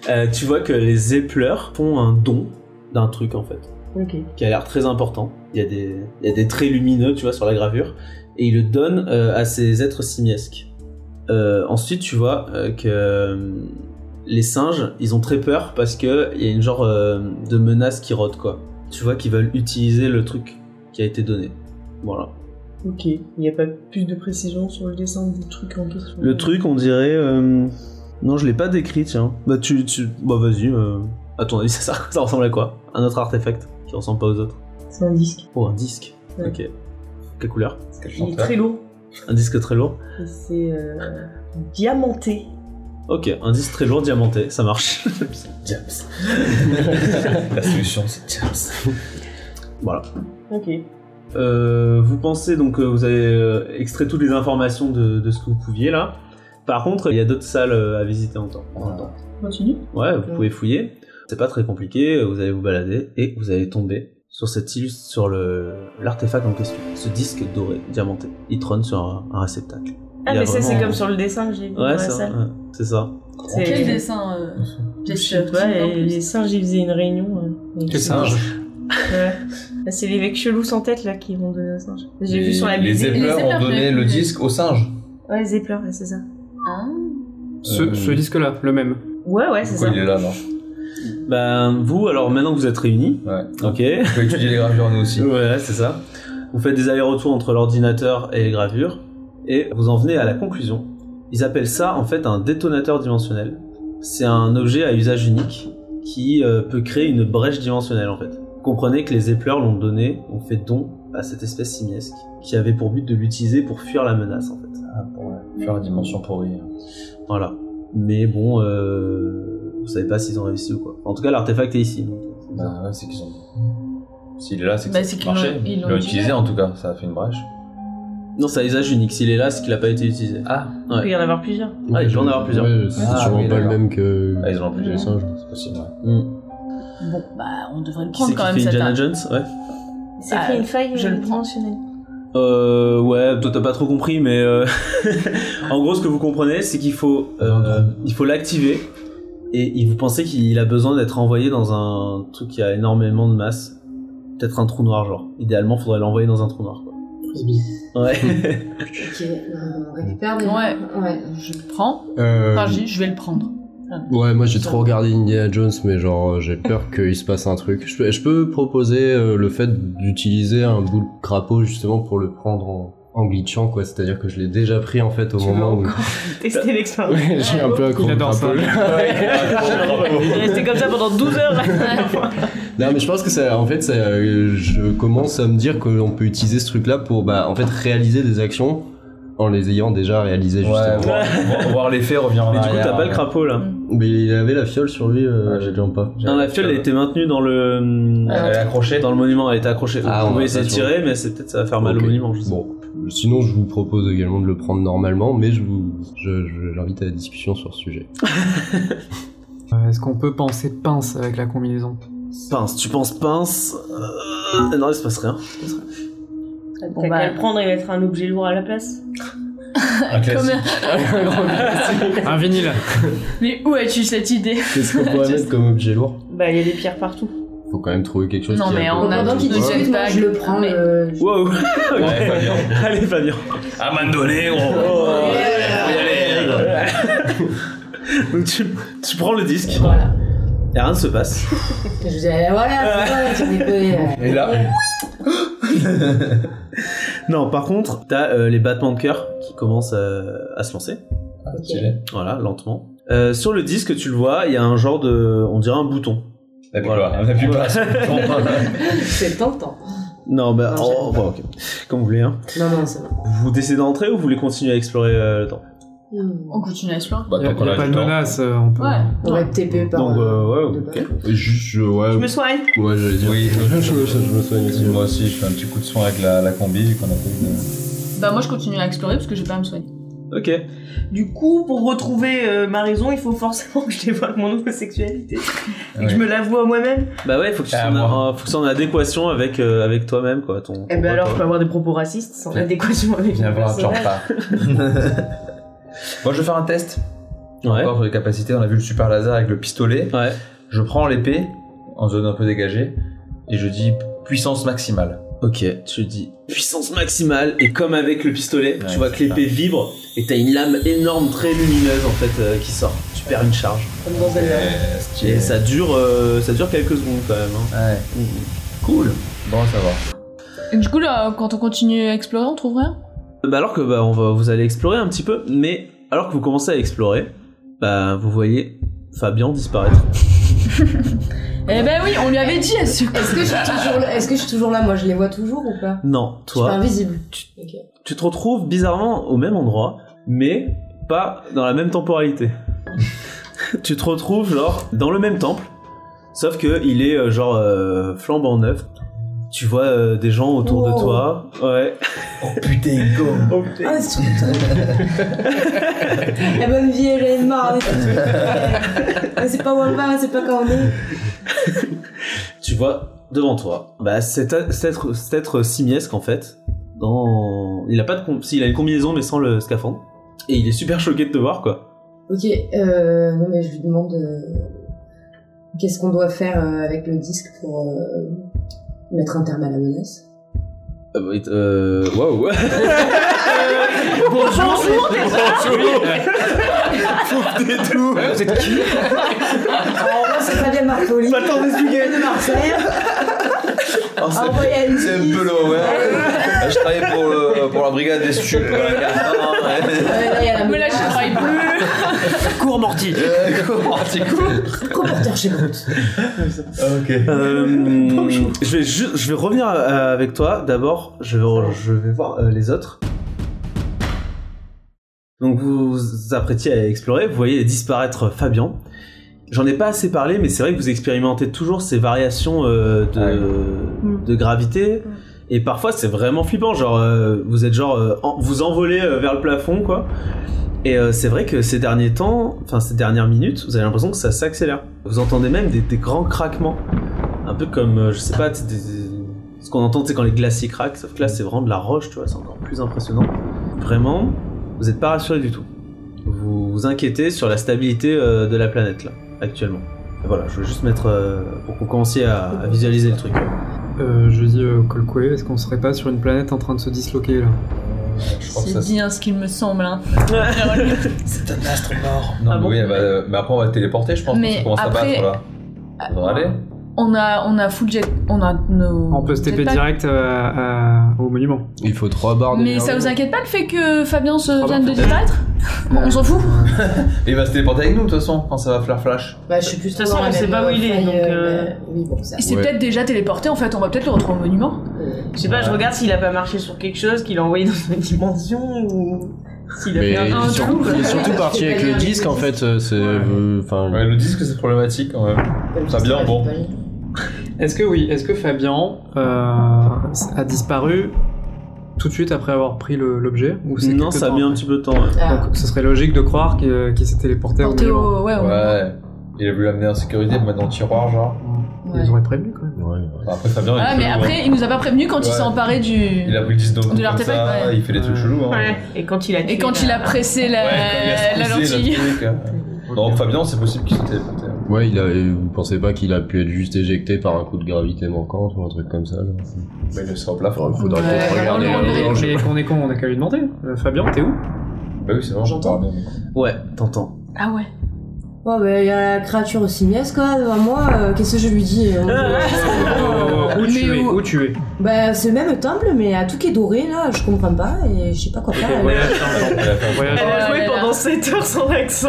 [SPEAKER 1] Euh, tu vois que les épleurs font un don d'un truc en fait,
[SPEAKER 3] Ok.
[SPEAKER 1] qui a l'air très important. Il y, a des, il y a des traits lumineux, tu vois, sur la gravure, et ils le donnent euh, à ces êtres simiesques. Euh, ensuite, tu vois euh, que euh, les singes, ils ont très peur parce que il y a une genre euh, de menace qui rôde quoi. Tu vois qu'ils veulent utiliser le truc qui a été donné. Voilà.
[SPEAKER 3] Ok. Il n'y a pas plus de précision sur le dessin du truc en question.
[SPEAKER 1] Le truc, on dirait. euh, Non, je l'ai pas décrit, tiens. Bah, tu. tu... Bah, vas-y. Euh... À ton avis, *laughs* ça, sert à quoi ça ressemble à quoi Un autre artefact qui ressemble pas aux autres
[SPEAKER 3] C'est un disque.
[SPEAKER 1] Oh, un disque.
[SPEAKER 3] Ouais.
[SPEAKER 1] Ok. Quelle couleur
[SPEAKER 2] Parce que je
[SPEAKER 3] Il est
[SPEAKER 2] sens
[SPEAKER 3] très lourd.
[SPEAKER 1] Un disque très lourd
[SPEAKER 3] Et C'est euh, diamanté.
[SPEAKER 1] Ok, un disque très lourd, diamanté, ça marche. *laughs* James. Oh,
[SPEAKER 2] que La solution c'est James.
[SPEAKER 1] Voilà.
[SPEAKER 3] Ok.
[SPEAKER 1] Euh, vous pensez donc que vous avez euh, extrait toutes les informations de, de ce que vous pouviez là. Par contre, il y a d'autres salles euh, à visiter en temps. En temps.
[SPEAKER 3] Continue.
[SPEAKER 1] Ouais, vous
[SPEAKER 3] Ouais.
[SPEAKER 1] pouvez fouiller. C'est pas très compliqué. Vous allez vous balader et vous allez tomber sur cette illustre, sur le l'artefact en question. Ce disque doré, diamanté. Il trône sur un, un réceptacle.
[SPEAKER 3] Ah,
[SPEAKER 1] Il y a
[SPEAKER 3] mais ça, c'est
[SPEAKER 1] vraiment-
[SPEAKER 3] comme sur le dessin que j'ai vu dans
[SPEAKER 1] Ouais,
[SPEAKER 3] la
[SPEAKER 1] c'est
[SPEAKER 3] salle.
[SPEAKER 1] ouais, c'est ça.
[SPEAKER 3] C'est-
[SPEAKER 5] Quel dessin euh,
[SPEAKER 3] Je
[SPEAKER 5] Chester
[SPEAKER 3] sais pas,
[SPEAKER 5] King, en
[SPEAKER 3] et
[SPEAKER 5] plus.
[SPEAKER 3] les singes, ils faisaient une réunion. euh,
[SPEAKER 4] Quel
[SPEAKER 3] et-
[SPEAKER 4] singe
[SPEAKER 3] *laughs* Ouais. Là, C'est l'évêque chelou sans tête là qui vont donner aux singes. J'ai
[SPEAKER 2] Les-
[SPEAKER 3] vu sur la
[SPEAKER 2] Les
[SPEAKER 3] musique.
[SPEAKER 5] Les
[SPEAKER 2] épleurs
[SPEAKER 5] épleurs,
[SPEAKER 2] ont donné
[SPEAKER 5] j'ai-
[SPEAKER 2] le disque au singe.
[SPEAKER 3] Ouais, les épleurs, ouais, c'est ça.
[SPEAKER 4] Ce,
[SPEAKER 2] Euh,
[SPEAKER 4] ce disque-là, le même.
[SPEAKER 3] Ouais, ouais, c'est
[SPEAKER 2] Pourquoi
[SPEAKER 3] ça.
[SPEAKER 2] il est là, non
[SPEAKER 1] Ben, vous, alors maintenant que vous êtes réunis,
[SPEAKER 2] Ouais.
[SPEAKER 1] ok,
[SPEAKER 2] On peut étudier les gravures, nous aussi.
[SPEAKER 1] Ouais, c'est ça. Vous faites des allers-retours entre l'ordinateur et les gravures, et vous en venez à la conclusion. Ils appellent ça en fait un détonateur dimensionnel. C'est un objet à usage unique qui euh, peut créer une brèche dimensionnelle en fait. Comprenez que les épleurs l'ont donné, ont fait don à cette espèce simiesque, qui avait pour but de l'utiliser pour fuir la menace en fait.
[SPEAKER 2] Ah, pour faire la dimension pourrie.
[SPEAKER 1] Voilà. Mais bon, euh, vous savez pas s'ils ont réussi ou quoi. En tout cas, l'artefact est ici. donc c'est bizarre.
[SPEAKER 2] Bah ouais, c'est qu'ils ont. S'il est là, c'est que
[SPEAKER 5] Bah,
[SPEAKER 2] ça
[SPEAKER 5] c'est
[SPEAKER 2] a
[SPEAKER 5] qu'ils
[SPEAKER 2] marché.
[SPEAKER 5] l'ont- ils
[SPEAKER 2] Ils
[SPEAKER 5] l'ont
[SPEAKER 2] l'ont
[SPEAKER 5] utilisé.
[SPEAKER 2] utilisé en tout cas, ça a fait une brèche.
[SPEAKER 1] Non, c'est à usage unique. S'il est là, c'est qu'il a pas été utilisé.
[SPEAKER 2] Ah,
[SPEAKER 3] Il peut y en avoir plusieurs.
[SPEAKER 1] Ah, il peut en avoir plusieurs.
[SPEAKER 6] Ouais, c'est
[SPEAKER 2] Ah,
[SPEAKER 6] sûrement
[SPEAKER 2] oui,
[SPEAKER 6] pas le
[SPEAKER 2] d'accord.
[SPEAKER 6] même que.
[SPEAKER 2] Ah, ils en ont
[SPEAKER 6] que les
[SPEAKER 2] plusieurs.
[SPEAKER 6] singes.
[SPEAKER 2] C'est possible, ouais.
[SPEAKER 5] Bon, bah, on devrait le
[SPEAKER 1] Qui c'est
[SPEAKER 5] prendre
[SPEAKER 1] qui
[SPEAKER 5] quand même
[SPEAKER 1] fait
[SPEAKER 5] cette
[SPEAKER 1] Indiana
[SPEAKER 5] arme.
[SPEAKER 1] Jones Ouais.
[SPEAKER 3] C'est
[SPEAKER 5] Ah,
[SPEAKER 3] fait une faille
[SPEAKER 5] je
[SPEAKER 3] euh,
[SPEAKER 5] le prends.
[SPEAKER 3] dimensionnelle.
[SPEAKER 1] Euh, ouais, toi t'as pas trop compris, mais euh, *laughs* en gros, ce que vous comprenez, c'est qu'il faut, euh, il faut l'activer et il- vous pensez qu'il a besoin d'être envoyé dans un truc qui a énormément de masse, peut-être un trou noir, genre. Idéalement, faudrait l'envoyer dans un trou noir. Quoi.
[SPEAKER 6] *laughs*
[SPEAKER 1] *laughs* Ouais.
[SPEAKER 7] Ok, euh, on récupère des...
[SPEAKER 5] Ouais.
[SPEAKER 7] ouais.
[SPEAKER 5] Je le prends.
[SPEAKER 6] Euh,
[SPEAKER 5] Enfin, je dis, je vais le prendre.
[SPEAKER 6] Ouais, moi j'ai trop regardé Indiana Jones, mais genre euh, j'ai
[SPEAKER 3] *laughs*
[SPEAKER 6] peur qu'il se passe un truc. Je, peux- je peux proposer euh, le fait d'utiliser un bout de crapaud justement pour le prendre en, en glitchant, quoi. C'est-à-dire que je l'ai déjà pris en fait au
[SPEAKER 3] Tu veux
[SPEAKER 6] moment où. *laughs*
[SPEAKER 3] encore *laughs* tester l'expérience.
[SPEAKER 6] Ouais, j'ai un peu accro
[SPEAKER 4] Il
[SPEAKER 6] au
[SPEAKER 4] adore ça.
[SPEAKER 6] *laughs* crapaud.
[SPEAKER 3] Il est resté comme ça pendant 12 heures. *laughs*
[SPEAKER 6] Non, mais je pense que ça, en fait, ça, euh, je commence à me dire qu'on peut utiliser ce truc-là pour, bah, en fait, réaliser des actions en les ayant déjà réalisées
[SPEAKER 2] Ouais,
[SPEAKER 6] justement.
[SPEAKER 2] voir, voir- voir les faits, revenir en
[SPEAKER 1] mais du coup,
[SPEAKER 2] arrière. euh,
[SPEAKER 1] t'as pas le crapaud là.
[SPEAKER 6] Mais il avait la fiole sur lui, euh, j'ai déjà pas.
[SPEAKER 1] Non, la fiole a été maintenue dans le
[SPEAKER 2] Elle est accrochée.
[SPEAKER 1] dans le monument, elle était accrochée.
[SPEAKER 6] Ah,
[SPEAKER 1] vous
[SPEAKER 6] on
[SPEAKER 1] pouvez
[SPEAKER 6] l'a
[SPEAKER 1] essayer
[SPEAKER 6] pas
[SPEAKER 1] de
[SPEAKER 6] sur-
[SPEAKER 1] tirer, mais c'est peut-être ça va faire mal
[SPEAKER 6] Ok.
[SPEAKER 1] au monument. Je sais.
[SPEAKER 6] Bon. Sinon, je vous propose également de le prendre normalement, mais je vous, je- je- j'invite à la discussion sur ce sujet.
[SPEAKER 4] Euh, Est-ce qu'on peut penser pince avec
[SPEAKER 2] *laughs*
[SPEAKER 4] la combinaison
[SPEAKER 1] Pince, tu penses pince Euh, Non, il se passe rien.
[SPEAKER 5] Bon,
[SPEAKER 3] T'as
[SPEAKER 5] bah.
[SPEAKER 3] qu'à le prendre et mettre un objet lourd à la place.
[SPEAKER 2] Un classique.
[SPEAKER 5] *laughs* Comme-
[SPEAKER 4] Un vinyle
[SPEAKER 5] Mais où as-tu cette idée
[SPEAKER 6] Qu'est-ce qu'on
[SPEAKER 5] *laughs*
[SPEAKER 6] pourrait
[SPEAKER 5] Je
[SPEAKER 6] mettre comme objet lourd
[SPEAKER 3] Bah, il y a des pierres partout.
[SPEAKER 6] Faut quand même trouver quelque chose.
[SPEAKER 5] Non,
[SPEAKER 6] qui
[SPEAKER 5] mais
[SPEAKER 6] un peu-
[SPEAKER 5] on a
[SPEAKER 7] Pendant
[SPEAKER 5] tout
[SPEAKER 7] qu'ils
[SPEAKER 5] de
[SPEAKER 6] Ouais.
[SPEAKER 5] suite.
[SPEAKER 7] discutent, moi je le prends.
[SPEAKER 5] Mais-
[SPEAKER 7] euh, je-
[SPEAKER 1] Wow.
[SPEAKER 2] Ouais, Fabien.
[SPEAKER 1] *laughs* Allez, Fabien.
[SPEAKER 2] À un moment donné, gros.
[SPEAKER 1] Oh.
[SPEAKER 2] Faut y aller.
[SPEAKER 1] Donc tu, tu prends le disque
[SPEAKER 7] Voilà.
[SPEAKER 1] et rien ne se passe.
[SPEAKER 7] Je vous dis, eh, voilà, c'est vrai, tu
[SPEAKER 5] *laughs*
[SPEAKER 7] me connais.
[SPEAKER 2] Et là,
[SPEAKER 1] Non, par contre, t'as euh, les battements de cœur qui commencent euh, à se lancer.
[SPEAKER 2] ah, stylé.
[SPEAKER 1] Voilà, lentement. Euh, sur le disque, tu le vois, il y a un genre de. On dirait un bouton.
[SPEAKER 2] N'appuie
[SPEAKER 1] Voilà.
[SPEAKER 2] pas, n'appuie *laughs* pas. Bah, Bon.
[SPEAKER 7] C'est tentant.
[SPEAKER 1] *laughs* Non, bah.
[SPEAKER 7] Non,
[SPEAKER 1] oh, bah, ok. Comme vous voulez, hein.
[SPEAKER 7] Non, non, c'est bon.
[SPEAKER 1] Vous décidez d'entrer ou vous voulez continuer à explorer euh, le temps
[SPEAKER 5] On continue à explorer.
[SPEAKER 2] Bah,
[SPEAKER 4] Il n'y a,
[SPEAKER 2] tant qu'on
[SPEAKER 4] y a
[SPEAKER 2] a
[SPEAKER 4] pas
[SPEAKER 2] du
[SPEAKER 4] de
[SPEAKER 2] temps.
[SPEAKER 4] menace, euh, on peut.
[SPEAKER 5] Ouais.
[SPEAKER 7] On va être TPE par.
[SPEAKER 1] Donc, euh, ouais,
[SPEAKER 7] de
[SPEAKER 1] ok.
[SPEAKER 7] base.
[SPEAKER 6] Juste, euh, ouais.
[SPEAKER 3] Je me soigne.
[SPEAKER 6] Ouais, j'allais dire.
[SPEAKER 2] Oui.
[SPEAKER 6] je, je- je me soigne aussi.
[SPEAKER 2] Moi aussi, je fais un petit coup de soin avec la, la combi, vu qu'on a fait une.
[SPEAKER 5] *laughs* Bah, moi, je continue à explorer parce que j'ai pas à me soigner.
[SPEAKER 1] Ok.
[SPEAKER 3] Du coup, pour retrouver euh, ma raison, il faut forcément *laughs* que je dévoile mon homosexualité. Et que je me l'avoue à moi-même.
[SPEAKER 1] Bah ouais, faut que tu sois
[SPEAKER 2] Ah,
[SPEAKER 1] en,
[SPEAKER 2] moi.
[SPEAKER 1] en- faut que tu sois en adéquation avec, euh, avec toi-même, quoi. Ton,
[SPEAKER 3] Eh
[SPEAKER 1] ton
[SPEAKER 3] ben alors, je
[SPEAKER 1] rapport.
[SPEAKER 3] peux avoir des propos racistes sans
[SPEAKER 2] Viens.
[SPEAKER 3] adéquation avec
[SPEAKER 2] Viens
[SPEAKER 3] mon
[SPEAKER 2] voir, genre
[SPEAKER 3] personnage.
[SPEAKER 2] pas. *laughs* Moi, je vais faire un test.
[SPEAKER 1] Ouais.
[SPEAKER 2] Encore sur les capacités, on a vu le super laser avec le pistolet.
[SPEAKER 1] Ouais.
[SPEAKER 2] Je prends l'épée, en zone un peu dégagée, et je dis puissance maximale.
[SPEAKER 1] Ok, tu dis puissance maximale et comme avec le pistolet,
[SPEAKER 2] Ouais,
[SPEAKER 1] tu vois
[SPEAKER 2] c'est
[SPEAKER 1] que l'épée vibre et t'as une lame énorme très lumineuse en fait euh, qui sort. Tu perds une charge
[SPEAKER 7] Comme dans un.
[SPEAKER 2] Euh,
[SPEAKER 1] et
[SPEAKER 2] stylé.
[SPEAKER 1] ça dure euh, ça dure quelques secondes quand même. hein.
[SPEAKER 2] Ouais. Cool. Bon, ça va.
[SPEAKER 5] Et du coup, là, quand on continue à explorer, on trouve rien
[SPEAKER 1] Bah alors que bah on va vous allez explorer un petit peu, mais alors que vous commencez à explorer, bah vous voyez Fabien disparaître.
[SPEAKER 5] Eh ben oui, on lui avait dit à ce
[SPEAKER 7] Est-ce que, je suis toujours... est-ce que je suis toujours là Moi, je les vois toujours ou pas
[SPEAKER 1] Non,
[SPEAKER 7] Je suis pas
[SPEAKER 1] toi,
[SPEAKER 7] invisible.
[SPEAKER 1] tu-
[SPEAKER 7] Ok.
[SPEAKER 1] tu te retrouves bizarrement au même endroit, mais pas dans la même
[SPEAKER 2] *laughs*
[SPEAKER 1] temporalité. tu te retrouves genre dans le même temple, sauf que il est euh, genre euh, flambant neuf. Tu vois euh, des gens autour de
[SPEAKER 7] Wow.
[SPEAKER 1] toi. Ouais.
[SPEAKER 2] Oh putain,
[SPEAKER 1] *laughs*
[SPEAKER 2] go.
[SPEAKER 7] Ah, c'est trop
[SPEAKER 5] *laughs*
[SPEAKER 7] La bonne vie, elle est marre.
[SPEAKER 5] *laughs*
[SPEAKER 7] Mais c'est pas où on va, c'est pas quand on est.
[SPEAKER 1] Tu vois devant toi. Bah cet, cet, être- cet être simiesque en fait. Dans... Il a pas de com- si, il a une combinaison mais sans le scaphandre. Et il est super choqué de te voir quoi.
[SPEAKER 7] Ok, euh, non mais je lui demande euh, qu'est-ce qu'on doit faire euh, avec le disque pour euh, mettre un terme à la menace.
[SPEAKER 1] Ah bah, it- Euh. Waouh! *laughs*
[SPEAKER 3] Bonjour
[SPEAKER 1] Bonjour! Foutez tout!
[SPEAKER 4] Vous êtes qui
[SPEAKER 7] Alors, moi, Ah, c'est Fabien Martoli.
[SPEAKER 3] Va t'en expliquer. *laughs*
[SPEAKER 7] de Marseille.
[SPEAKER 1] Oh, c'est-
[SPEAKER 3] Ah,
[SPEAKER 7] Envoyé à
[SPEAKER 2] C'est
[SPEAKER 3] Euh,
[SPEAKER 2] un peu
[SPEAKER 7] l'UCI.
[SPEAKER 2] low, ouais. *laughs* Je travaillais pour, le- pour la brigade des stupes.
[SPEAKER 7] Euh, là, il y a la
[SPEAKER 5] Mais là, je
[SPEAKER 3] Ah,
[SPEAKER 7] menace.
[SPEAKER 5] travaille plus.
[SPEAKER 4] Cours Morty
[SPEAKER 2] Euh,
[SPEAKER 7] Reporter chez Brut.
[SPEAKER 2] Ok.
[SPEAKER 1] Euh, je vais ju- je vais revenir euh, avec toi. D'abord, je, vais- je vais voir euh, les autres. Donc vous vous apprêtiez à explorer, vous voyez disparaître Fabian. J'en ai pas assez parlé, mais c'est vrai que vous expérimentez toujours ces variations euh, de,
[SPEAKER 2] Ah
[SPEAKER 7] oui.
[SPEAKER 1] de gravité.
[SPEAKER 7] Mm.
[SPEAKER 1] Et parfois c'est vraiment flippant, genre euh, vous êtes genre euh, en- vous envolez euh, vers le plafond quoi. Et euh, c'est vrai que ces derniers temps, enfin ces dernières minutes, vous avez l'impression que ça s'accélère. Vous entendez même des, des grands craquements, un peu comme, euh, je sais pas, t- des- des- ce qu'on entend, c'est quand les glaciers craquent, sauf que là c'est vraiment de la roche, tu vois, c'est encore plus impressionnant. Vraiment, vous n'êtes pas rassuré du tout. Vous vous inquiétez sur la stabilité euh, de la planète là, actuellement. Et voilà, je veux juste mettre euh, pour que vous commenciez à, à visualiser le truc.
[SPEAKER 4] euh, Je dis euh, Colquay, est-ce qu'on serait pas sur une planète en train de se disloquer là
[SPEAKER 2] Je crois que ça
[SPEAKER 5] C'est bien ce qu'il me semble. hein.
[SPEAKER 2] C'est un astre mort. Non,
[SPEAKER 5] Ah
[SPEAKER 2] mais
[SPEAKER 5] bon
[SPEAKER 2] oui, elle va- mais après on va téléporter, je pense.
[SPEAKER 5] Mais
[SPEAKER 2] on commence
[SPEAKER 5] après-
[SPEAKER 2] à battre là. On va aller.
[SPEAKER 5] On a, on a full jet, on a nos.
[SPEAKER 4] On peut se taper
[SPEAKER 5] jetpacks.
[SPEAKER 4] direct euh, à- à- au monument.
[SPEAKER 6] Il faut trois barres
[SPEAKER 5] Mais ça vous
[SPEAKER 6] d'énergie.
[SPEAKER 5] inquiète pas le fait que Fabien se
[SPEAKER 4] bah,
[SPEAKER 5] vienne de
[SPEAKER 4] Fabien.
[SPEAKER 5] disparaître Bon, on s'en fout.
[SPEAKER 2] Et il va se téléporter avec nous, de toute façon, quand ça va flare flash.
[SPEAKER 7] Bah, je suis plus
[SPEAKER 3] De toute façon, on sait pas où il est, donc, euh,
[SPEAKER 7] Oui, bon, ça. euh,
[SPEAKER 5] Il s'est
[SPEAKER 6] Ouais.
[SPEAKER 5] peut-être déjà téléporté en fait, on va peut-être le retrouver au monument.
[SPEAKER 3] Je sais pas, je regarde s'il a pas marché sur quelque chose, qu'il a envoyé dans une autre dimension ou s'il a
[SPEAKER 6] Mais
[SPEAKER 3] fait
[SPEAKER 6] il
[SPEAKER 3] un.
[SPEAKER 5] un
[SPEAKER 6] est surtout,
[SPEAKER 5] trou.
[SPEAKER 6] il est surtout parti avec le disque en fait. euh, C'est. euh, Enfin.
[SPEAKER 2] Ouais, le disque c'est problématique quand même. Ça bien, bon.
[SPEAKER 4] Est-ce que oui, est-ce que Fabien euh, a disparu tout de suite après avoir pris le- l'objet ou c'est
[SPEAKER 1] Non,
[SPEAKER 4] quelque
[SPEAKER 1] ça a
[SPEAKER 4] temps
[SPEAKER 1] mis un
[SPEAKER 4] après
[SPEAKER 1] petit peu de temps. ouais.
[SPEAKER 7] Ah.
[SPEAKER 4] Donc ce serait logique de croire qu'il qu'il s'est téléporté au
[SPEAKER 5] Porté
[SPEAKER 4] monument.
[SPEAKER 5] au. Ah Ouais, au monument.
[SPEAKER 2] Ouais. Il a voulu l'amener en sécurité, le mettre dans le tiroir, genre.
[SPEAKER 5] Ouais.
[SPEAKER 4] Ils auraient prévenu quand même.
[SPEAKER 6] Ouais.
[SPEAKER 2] Enfin, après, Fabien, il est
[SPEAKER 5] Ah, mais
[SPEAKER 2] chelou,
[SPEAKER 5] après, il nous a pas prévenu quand il
[SPEAKER 2] Ouais.
[SPEAKER 5] s'est emparé
[SPEAKER 2] hein. Il
[SPEAKER 5] du.
[SPEAKER 2] a pris le disque
[SPEAKER 5] De
[SPEAKER 2] de
[SPEAKER 5] l'artefact, ouais.
[SPEAKER 2] Il fait des trucs
[SPEAKER 4] Ouais.
[SPEAKER 2] chelous, hein.
[SPEAKER 3] Ouais. Et quand il a tué
[SPEAKER 5] Et quand
[SPEAKER 3] la-
[SPEAKER 5] il a pressé Euh, la,
[SPEAKER 2] Ouais, quand il a
[SPEAKER 5] la
[SPEAKER 2] squeezé le
[SPEAKER 5] lentille.
[SPEAKER 2] truc, hein. Non, Fabien, c'est possible qu'il s'est téléporté. hein.
[SPEAKER 6] Ouais, il a, et vous pensez pas qu'il a pu être juste éjecté par un coup de gravité manquante ou un truc comme ça là
[SPEAKER 2] Mais il est sur le euh, plafond.
[SPEAKER 6] Faudrait, faudrait
[SPEAKER 5] Ouais,
[SPEAKER 6] qu'on regarde
[SPEAKER 5] on le
[SPEAKER 6] les-
[SPEAKER 5] verrait.
[SPEAKER 6] les-
[SPEAKER 4] Mais qu'on est con, on a qu'à lui demander. Euh, Fabien, t'es où
[SPEAKER 2] Bah oui, c'est vrai, j'entends bien.
[SPEAKER 1] Ouais, t'entends.
[SPEAKER 5] Ah ouais.
[SPEAKER 7] Ouais, bah, il y a la créature aussi niaise, quoi, devant moi. euh, Qu'est-ce que je lui dis euh,
[SPEAKER 4] Euh, Où tu
[SPEAKER 5] Mais
[SPEAKER 4] es
[SPEAKER 5] où
[SPEAKER 4] Où tu es
[SPEAKER 7] Bah, c'est le même temple, mais à tout qui est doré, là, je comprends pas et je sais pas quoi faire. avec.
[SPEAKER 4] Voyage dans le
[SPEAKER 2] Il *laughs*
[SPEAKER 4] temps.
[SPEAKER 2] a fait un-
[SPEAKER 4] Voyage
[SPEAKER 3] Elle
[SPEAKER 4] dans le
[SPEAKER 3] a
[SPEAKER 5] Oh
[SPEAKER 3] joué
[SPEAKER 5] là là.
[SPEAKER 3] pendant 7 heures sans accent.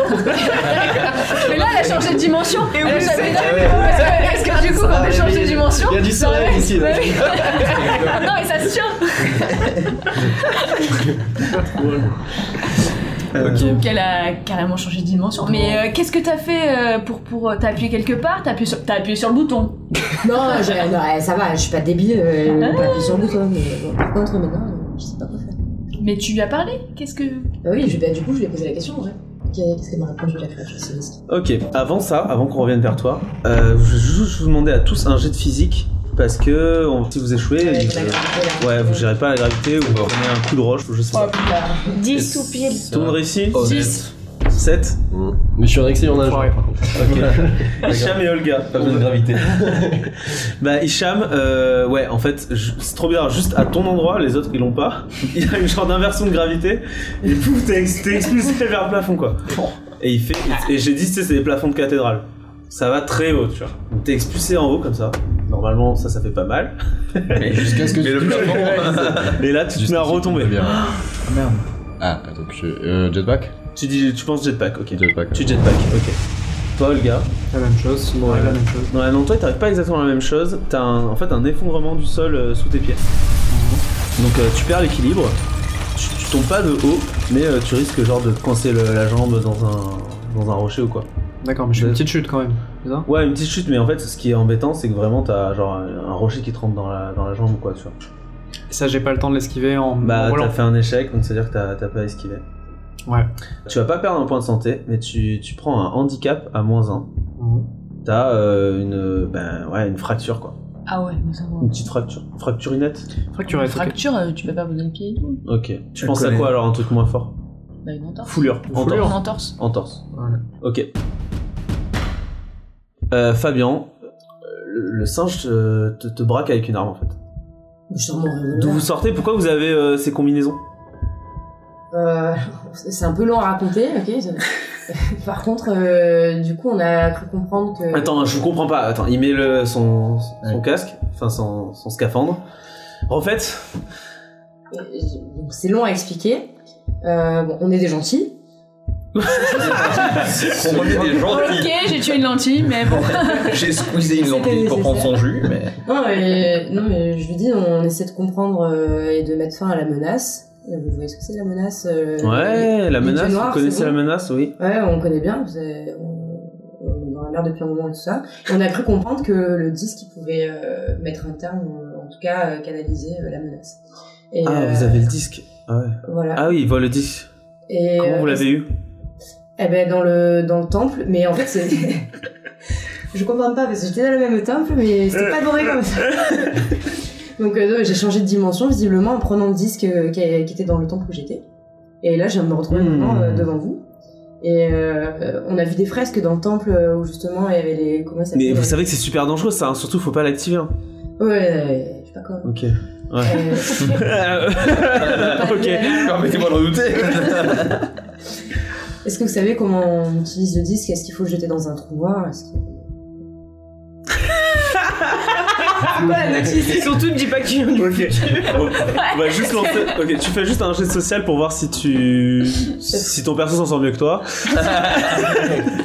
[SPEAKER 5] Mais là, elle a changé de dimension.
[SPEAKER 3] Et
[SPEAKER 5] Elle
[SPEAKER 3] où
[SPEAKER 5] a changé-
[SPEAKER 3] c'est
[SPEAKER 5] Parce que- parce que du coup, quand elle change de dimension.
[SPEAKER 1] Il y a du
[SPEAKER 5] ça
[SPEAKER 1] soleil
[SPEAKER 5] reste-
[SPEAKER 1] ici, là.
[SPEAKER 5] Ouais, oui. Non, mais ça se tient.
[SPEAKER 4] Euh,
[SPEAKER 5] Donc elle a carrément changé de dimension. Mais euh, qu'est-ce que t'as fait euh, pour pour euh, t'as appuyé quelque part T'as appuyé sur t'as appuyé sur le bouton.
[SPEAKER 7] Non, je- non, eh, ça va, je suis pas débile, euh, pas appuyé sur le bouton, mais bon, par contre, maintenant, euh, je sais pas quoi faire.
[SPEAKER 5] Mais tu lui as parlé Qu'est-ce que
[SPEAKER 7] Bah oui, je, bah, du coup, je lui ai posé la question, en vrai. Qu'est-ce qu'elle m'a répondu, la créature c'est risque.
[SPEAKER 1] Ok, avant ça, avant qu'on revienne vers toi, euh, je vais juste vous demander à tous un jet de physique parce que on- si vous échouez,
[SPEAKER 7] Ouais,
[SPEAKER 1] il-
[SPEAKER 7] la gravité, là.
[SPEAKER 1] ouais, vous gérez pas la gravité ou vous prenez un coup de roche ou je sais
[SPEAKER 7] Oh,
[SPEAKER 1] pas.
[SPEAKER 7] putain.
[SPEAKER 3] 10 ou pile.
[SPEAKER 1] Tout le monde réussit
[SPEAKER 6] Honnête.
[SPEAKER 1] 10 7
[SPEAKER 6] Mmh. Mais je suis un excellent nageur.
[SPEAKER 4] Enfoiré, par contre.
[SPEAKER 1] *laughs* Ok. Hicham et Olga.
[SPEAKER 2] Pas besoin de gravité.
[SPEAKER 1] Bah Hicham, euh, ouais, en fait, je- c'est trop bizarre. Juste à ton endroit, les autres ils l'ont pas. *laughs* Il y a une genre d'inversion de gravité et *laughs* pouf, t'es ex- t'es expulsé vers le plafond quoi. Et il fait, et j'ai dit, tu sais, c'est les plafonds de cathédrale. Ça va très haut, tu vois. Donc t'es expulsé en haut comme ça. Normalement, ça, ça fait pas mal.
[SPEAKER 2] Mais
[SPEAKER 6] Jusqu'à ce que
[SPEAKER 2] le plafond.
[SPEAKER 1] *laughs* Et là, tu te
[SPEAKER 6] Juste
[SPEAKER 1] mets à
[SPEAKER 6] ici,
[SPEAKER 1] retomber.
[SPEAKER 6] c'est bien.
[SPEAKER 4] Ah, merde.
[SPEAKER 6] Ah, attends, je... euh, jetpack
[SPEAKER 1] Tu dis, tu penses jetpack, ok.
[SPEAKER 6] Jetpack. euh,
[SPEAKER 1] Tu jetpack, ok. Toi, Olga.
[SPEAKER 4] La même chose, sinon
[SPEAKER 1] Ouais.
[SPEAKER 4] la même chose.
[SPEAKER 1] Non, non, toi, t'arrives pas exactement à la même chose. T'as un- en fait un effondrement du sol euh, sous tes pieds. Donc euh, tu perds l'équilibre. Tu, tu tombes pas de haut, mais euh, tu risques genre de te coincer le- la jambe dans un dans un rocher ou quoi.
[SPEAKER 4] D'accord, mais je fais une
[SPEAKER 1] Ouais.
[SPEAKER 4] petite chute quand même. c'est ça
[SPEAKER 1] Ouais, une petite chute, mais en fait, ce qui est embêtant, c'est que vraiment t'as genre un, un rocher qui te rentre dans la dans la jambe ou quoi, tu vois.
[SPEAKER 4] Ça, j'ai pas le temps de l'esquiver en.
[SPEAKER 1] Bah,
[SPEAKER 4] en roulant.
[SPEAKER 1] t'as fait un échec, donc c'est à dire que t'as t'as pas esquivé.
[SPEAKER 4] Ouais.
[SPEAKER 1] Tu vas pas perdre un point de santé, mais tu, tu prends un handicap à moins 1.
[SPEAKER 4] Mhm.
[SPEAKER 1] T'as euh, une, ben, ouais, une fracture, quoi.
[SPEAKER 5] Ah ouais, mais ça va.
[SPEAKER 1] Une petite fracture. Fracturinette
[SPEAKER 4] Fracturé, ok.
[SPEAKER 5] Fracture, euh, tu peux pas poser le pied et tout.
[SPEAKER 1] Ok. Tu penses à
[SPEAKER 2] connaît.
[SPEAKER 1] quoi alors Un truc moins fort
[SPEAKER 5] Bah une entorse.
[SPEAKER 1] Foulure.
[SPEAKER 4] Foulure.
[SPEAKER 5] Une
[SPEAKER 1] Entorse.
[SPEAKER 5] entorse.
[SPEAKER 1] Entorse.
[SPEAKER 4] Voilà.
[SPEAKER 1] Ok. Euh, Fabien, euh, le, le singe te, te- te braque avec une arme en fait.
[SPEAKER 7] Je sors mon
[SPEAKER 1] D'où
[SPEAKER 7] revolver.
[SPEAKER 1] vous sortez Pourquoi vous avez euh, ces combinaisons
[SPEAKER 7] Euh, c'est un peu long à raconter, ok.
[SPEAKER 1] *laughs*
[SPEAKER 7] ça- Par contre, euh, du coup, on a cru comprendre que.
[SPEAKER 1] Attends, je comprends pas. Attends, il met le, son, son
[SPEAKER 2] Ouais.
[SPEAKER 1] casque, enfin son, son scaphandre. En fait,
[SPEAKER 7] Euh, donc, c'est long à expliquer. Euh, bon, on est des gentils.
[SPEAKER 1] Ah, *laughs*
[SPEAKER 2] On est des
[SPEAKER 5] Ok,
[SPEAKER 2] gentils.
[SPEAKER 5] j'ai tué une lentille, mais bon.
[SPEAKER 2] J'ai squeezé une lentille pour prendre son jus, mais.
[SPEAKER 7] Non, mais, non, mais je lui dis, on essaie de comprendre euh, et de mettre fin à la menace. Euh, Vous voyez ce que c'est la menace euh,
[SPEAKER 1] ouais, la
[SPEAKER 7] les
[SPEAKER 1] menace.
[SPEAKER 7] noirs,
[SPEAKER 1] vous connaissez
[SPEAKER 7] c'est
[SPEAKER 1] la
[SPEAKER 7] bon.
[SPEAKER 1] menace, oui.
[SPEAKER 7] Ouais, on connaît bien, c'est- on on est dans la merde depuis un moment et tout ça. Et on a cru comprendre que le disque il pouvait euh, mettre un terme, ou, en tout cas euh, canaliser euh, la menace. Et,
[SPEAKER 1] Ah,
[SPEAKER 7] euh,
[SPEAKER 1] vous avez le disque. Ah, ouais.
[SPEAKER 7] Voilà.
[SPEAKER 1] Ah oui, il vole le disque.
[SPEAKER 7] et,
[SPEAKER 1] Comment vous
[SPEAKER 7] euh,
[SPEAKER 1] l'avez eu
[SPEAKER 7] Eh ben dans le dans le temple, mais en fait c'est. *laughs* je comprends pas parce que j'étais dans le même temple, mais c'était pas doré comme ça. *laughs* Donc euh, non, j'ai changé de dimension visiblement en prenant le disque euh, qui, a- qui était dans le temple où j'étais. Et là je viens de me retrouver
[SPEAKER 1] Hmm.
[SPEAKER 7] maintenant euh, devant vous. Et euh, euh, on a vu des fresques dans le temple euh, où justement il y avait les comment ça
[SPEAKER 1] Mais vous
[SPEAKER 7] s'appelle
[SPEAKER 1] savez que c'est super dangereux ça, hein, surtout faut pas l'activer. hein.
[SPEAKER 7] Ouais, ouais, je sais pas comment.
[SPEAKER 1] Ok.
[SPEAKER 7] Euh,
[SPEAKER 1] ok.
[SPEAKER 2] Permettez-moi d'en douter.
[SPEAKER 7] *laughs* Est-ce que vous savez comment on utilise le disque Est-ce qu'il faut le jeter dans un trou noir Est-ce que-
[SPEAKER 1] Ah
[SPEAKER 3] Pas la notice, et surtout ne dis pas que tu viens du futur.
[SPEAKER 1] On va juste lancer. Ok, tu fais juste un jet social pour voir si tu. si ton perso s'en sort mieux que toi.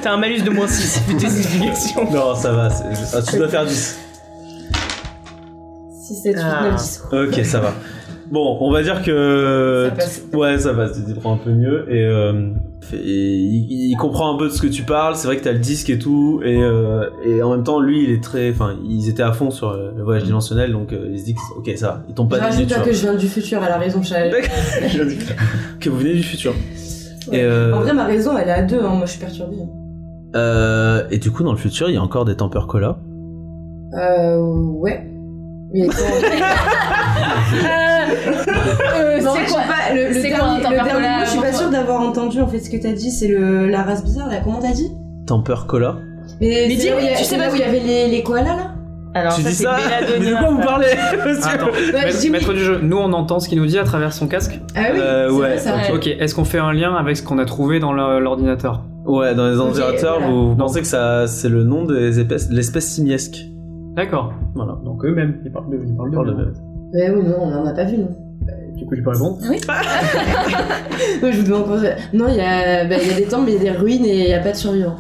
[SPEAKER 3] T'as un malus de moins
[SPEAKER 1] *laughs*
[SPEAKER 3] 6, vu tes explications.
[SPEAKER 1] Non, ça va. c'est- Ah, tu dois faire 10.
[SPEAKER 7] Si c'est
[SPEAKER 3] Ah.
[SPEAKER 7] le disque.
[SPEAKER 1] Ok, ça va. Bon, on va dire que.
[SPEAKER 7] Ça passe.
[SPEAKER 1] Ouais, ça va, tu t'y prends un peu mieux. Et, euh, et il, il comprend un peu de ce que tu parles. C'est vrai que t'as le disque et tout. Et, euh, et en même temps, lui, il est très. Enfin, ils étaient à fond sur le le voyage dimensionnel. Donc, euh, il se dit que. Ok, ça va. Ils tombent pas
[SPEAKER 7] Je
[SPEAKER 1] des nues,
[SPEAKER 7] rajoute
[SPEAKER 1] tu
[SPEAKER 7] pas
[SPEAKER 1] vois.
[SPEAKER 7] que je viens du futur, elle a raison, Chal.
[SPEAKER 1] *laughs* que vous venez du futur.
[SPEAKER 7] Ouais.
[SPEAKER 1] Et, euh,
[SPEAKER 7] En vrai, ma raison, elle est à deux, hein. moi je suis perturbée.
[SPEAKER 1] euh, et du coup, dans le futur, il y a encore des tempers cola.
[SPEAKER 7] Euh, ouais. *laughs* Mais
[SPEAKER 5] Euh,
[SPEAKER 7] Non,
[SPEAKER 5] c'est
[SPEAKER 7] je sais
[SPEAKER 5] quoi
[SPEAKER 7] pas, le, le
[SPEAKER 5] C'est quoi un
[SPEAKER 7] dernier, le
[SPEAKER 5] tempercola,
[SPEAKER 7] dernier mot, je suis pas
[SPEAKER 5] avant
[SPEAKER 7] sûre d'avoir entendu en fait ce que t'as dit, c'est le- la race bizarre là, comment t'as dit
[SPEAKER 1] Temper cola.
[SPEAKER 7] Mais,
[SPEAKER 5] dis
[SPEAKER 7] c'est là
[SPEAKER 5] oui,
[SPEAKER 7] où il y a-
[SPEAKER 5] tu sais
[SPEAKER 7] c'est
[SPEAKER 5] pas
[SPEAKER 7] là
[SPEAKER 5] ce
[SPEAKER 7] où il y avait les, les koalas là
[SPEAKER 3] Alors,
[SPEAKER 1] tu
[SPEAKER 3] ça,
[SPEAKER 1] dis
[SPEAKER 3] c'est
[SPEAKER 1] ça Mais de
[SPEAKER 3] Belladonna.
[SPEAKER 1] quoi vous parlez Parce que-
[SPEAKER 4] Ah, Attends,
[SPEAKER 3] Euh,
[SPEAKER 4] maître,
[SPEAKER 7] j'ai mis-
[SPEAKER 4] maître du jeu, nous on entend ce qu'il nous dit à travers son casque.
[SPEAKER 7] Ah oui,
[SPEAKER 1] Euh,
[SPEAKER 7] c'est
[SPEAKER 1] ouais,
[SPEAKER 7] vrai, ça.
[SPEAKER 5] ok.
[SPEAKER 4] Ok, est-ce qu'on fait un lien avec ce qu'on a trouvé dans le- l'ordinateur
[SPEAKER 1] Ouais, dans les ordinateurs,
[SPEAKER 7] voilà.
[SPEAKER 1] vous, vous pensez que ça, c'est le nom des espèces, l'espèce simiesque.
[SPEAKER 4] D'accord.
[SPEAKER 1] Voilà.
[SPEAKER 4] Donc eux-mêmes, ils parlent de ils parlent
[SPEAKER 1] Ils parlent
[SPEAKER 4] d'eux-mêmes,
[SPEAKER 1] d'eux-mêmes.
[SPEAKER 4] en
[SPEAKER 7] Ouais, oui, non, on en a pas vu non.
[SPEAKER 4] fait. Du coup, j'ai pas répondu.
[SPEAKER 7] *laughs* Ouais, je vous demande encore. Non, il y, a bah, il y a des temples, il y a des ruines et il y a pas de survivants.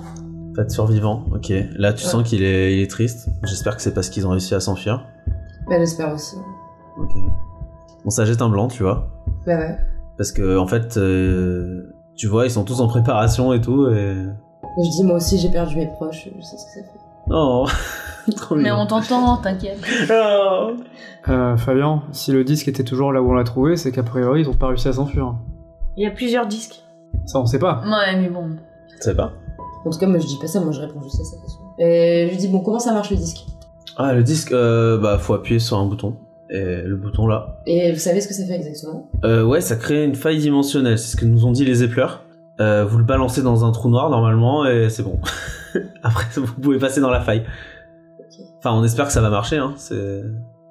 [SPEAKER 1] Pas de survivant, ok. Là, tu
[SPEAKER 7] Ouais.
[SPEAKER 1] sens qu'il est, il est triste. J'espère que c'est parce qu'ils ont réussi à s'enfuir.
[SPEAKER 7] Bah, j'espère aussi.
[SPEAKER 1] Ok. Bon, ça jette un blanc, tu vois.
[SPEAKER 7] Bah, ouais.
[SPEAKER 1] Parce que, en fait, euh, tu vois, ils sont tous en préparation et tout, et. *laughs*
[SPEAKER 7] Et je dis, moi aussi j'ai perdu mes proches, je sais ce que ça fait.
[SPEAKER 1] Non *laughs* Trop
[SPEAKER 5] Mais
[SPEAKER 1] mignon.
[SPEAKER 5] on t'entend, t'inquiète.
[SPEAKER 1] Oh.
[SPEAKER 4] Euh, Fabien, si le disque était toujours là où on l'a trouvé, c'est qu'a priori ils ont pas réussi à s'enfuir.
[SPEAKER 3] Il y a plusieurs disques.
[SPEAKER 4] Ça, on sait pas.
[SPEAKER 5] Ouais, mais bon.
[SPEAKER 1] Je sais pas.
[SPEAKER 7] En tout cas, moi je dis pas ça, moi je réponds juste à cette question. Et je lui dis, bon, comment ça marche le disque
[SPEAKER 1] Ah, le disque, euh, bah, faut appuyer sur un bouton. Et le bouton là,
[SPEAKER 7] Et vous savez ce que ça fait exactement
[SPEAKER 1] Euh, ouais, ça crée une faille dimensionnelle, c'est ce que nous ont dit les épleurs. Euh, vous le balancez dans un trou noir normalement et c'est bon. *laughs* Après, vous pouvez passer dans la faille. Enfin, on espère que ça va marcher, hein. c'est-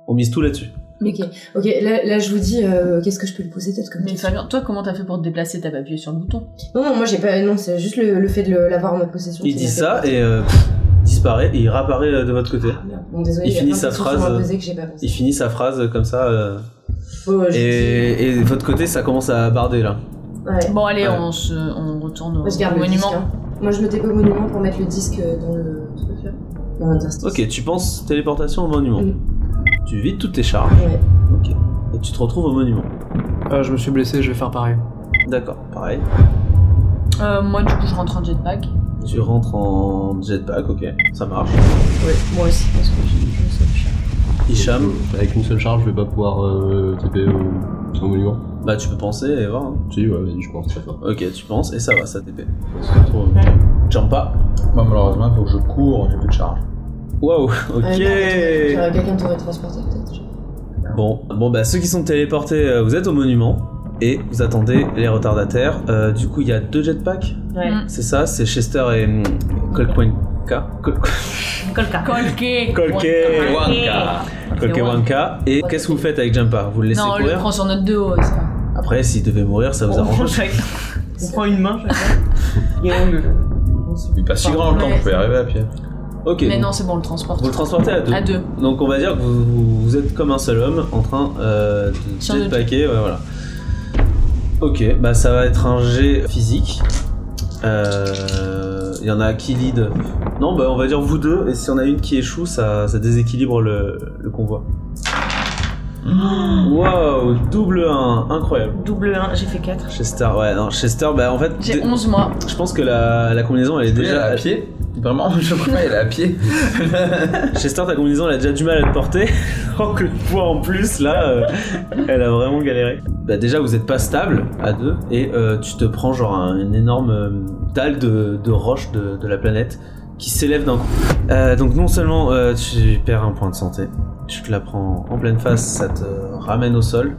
[SPEAKER 1] On mise tout là-dessus.
[SPEAKER 7] Ok, ok, là, là, je vous dis, euh, qu'est-ce que je peux lui poser peut-être comme
[SPEAKER 5] Mais
[SPEAKER 7] question
[SPEAKER 5] Fabien, toi, comment t'as fait pour te déplacer T'as pas appuyé sur le bouton.
[SPEAKER 7] Non, non, moi j'ai pas, non, c'est juste le, le fait de le- l'avoir en ma possession.
[SPEAKER 1] Il
[SPEAKER 7] qui
[SPEAKER 1] dit
[SPEAKER 7] m'a fait
[SPEAKER 1] ça
[SPEAKER 7] peur.
[SPEAKER 1] et euh, pff, disparaît et il réapparaît euh, de votre côté.
[SPEAKER 7] Ah, merde. Bon, désolé,
[SPEAKER 1] il
[SPEAKER 7] y a
[SPEAKER 1] finit
[SPEAKER 7] plein de
[SPEAKER 1] sa
[SPEAKER 7] questions
[SPEAKER 1] phrase,
[SPEAKER 7] sur ma
[SPEAKER 1] euh,
[SPEAKER 7] posée que j'ai pas pensé.
[SPEAKER 1] Il finit sa phrase euh, comme ça euh,
[SPEAKER 7] Oh, je dis-
[SPEAKER 1] et, et de votre côté ça commence à barder là.
[SPEAKER 7] Ouais.
[SPEAKER 5] Bon, allez,
[SPEAKER 1] Ouais.
[SPEAKER 5] on, se, on retourne
[SPEAKER 7] Moi je
[SPEAKER 5] au,
[SPEAKER 7] garde
[SPEAKER 5] au
[SPEAKER 7] le
[SPEAKER 5] monument.
[SPEAKER 7] disque. hein. Moi je me tape au monument pour mettre le disque euh, dans le truc là. Dans l'interstice.
[SPEAKER 1] Ok, tu penses téléportation au monument.
[SPEAKER 7] Mm.
[SPEAKER 1] Tu vides toutes tes charges
[SPEAKER 7] Ouais.
[SPEAKER 1] et tu te retrouves au monument.
[SPEAKER 4] Euh, je me suis blessé, je vais faire pareil.
[SPEAKER 1] D'accord, pareil.
[SPEAKER 5] Euh, moi, du coup, je rentre en jetpack.
[SPEAKER 1] Tu rentres en jetpack, ok, ça marche.
[SPEAKER 3] Ouais, moi aussi, parce que j'ai je sais pas.
[SPEAKER 1] Hicham,
[SPEAKER 6] Avec une seule charge, je vais pas pouvoir euh, taper au, au monument.
[SPEAKER 1] Bah tu peux penser et voir. hein.
[SPEAKER 6] Si, ouais, vas-y, je pense, ça va.
[SPEAKER 1] Ok, tu penses et ça va, ça TP. Ça se trouve. Jampa.
[SPEAKER 2] Moi, malheureusement, il faut que je cours, j'ai plus de charge.
[SPEAKER 1] Waouw,
[SPEAKER 7] Ouais,
[SPEAKER 1] ok.
[SPEAKER 7] non, Ah, j'aurais- Quelqu'un t'aurait transporté peut-être.
[SPEAKER 1] Bon, bon bah ceux qui sont téléportés, euh, vous êtes au monument et vous attendez les retardataires. Euh, du coup, il y a deux jetpacks.
[SPEAKER 3] Ouais.
[SPEAKER 5] Mm.
[SPEAKER 1] C'est ça, c'est Chester et hum, Colquincula. Col-
[SPEAKER 3] Colca.
[SPEAKER 5] Colqué
[SPEAKER 1] Colqué. Kolkewanka. Et qu'est-ce que vous faites avec Jumpa Vous le laissez
[SPEAKER 5] Non, on le
[SPEAKER 1] courir
[SPEAKER 5] prend sur notre dos. ça.
[SPEAKER 1] Après, s'il devait mourir, ça vous
[SPEAKER 3] On prend
[SPEAKER 1] arrange.
[SPEAKER 3] chacun. On prend une main *laughs* chacun. Et on le. on se-
[SPEAKER 2] Il est pas si
[SPEAKER 5] Pardon,
[SPEAKER 2] grand le temps,
[SPEAKER 5] mais-
[SPEAKER 2] vous pouvez y arriver à pied.
[SPEAKER 1] Ok.
[SPEAKER 5] Mais non, c'est bon, on le transporte.
[SPEAKER 1] Vous le transportez à deux.
[SPEAKER 5] À deux.
[SPEAKER 1] Donc on va dire que vous, vous- vous êtes comme un seul homme en train euh, de
[SPEAKER 5] Sur
[SPEAKER 1] jeter le
[SPEAKER 5] le
[SPEAKER 1] paquet, ouais, voilà. Ok, bah ça va être un jet physique. Euh, Il y en a qui lead. Non, bah on va dire vous deux, et si on a une qui échoue, ça, ça déséquilibre le, le
[SPEAKER 5] *gasps*
[SPEAKER 1] convoi. Waouh, double 1, incroyable.
[SPEAKER 3] Double 1, j'ai fait 4.
[SPEAKER 1] Chester, ouais, non, Chester, bah en fait,
[SPEAKER 5] J'ai
[SPEAKER 1] dé-
[SPEAKER 5] 11 mois.
[SPEAKER 1] je pense que la, la combinaison elle est
[SPEAKER 2] Déjà
[SPEAKER 1] déjà.
[SPEAKER 2] à pied Vraiment, *laughs* je crois pas, il est à pied.
[SPEAKER 1] Chester, ta combinaison, elle a déjà du mal à te porter. *laughs* Donc le poids en plus, là, euh, elle a vraiment galéré. Bah déjà, vous êtes pas stable à deux, et euh, tu te prends genre un- une énorme euh, dalle de, de roche de, de la planète qui s'élève d'un coup. Euh, donc non seulement euh, tu perds un point de santé, tu te la prends en pleine face, ça te ramène au sol,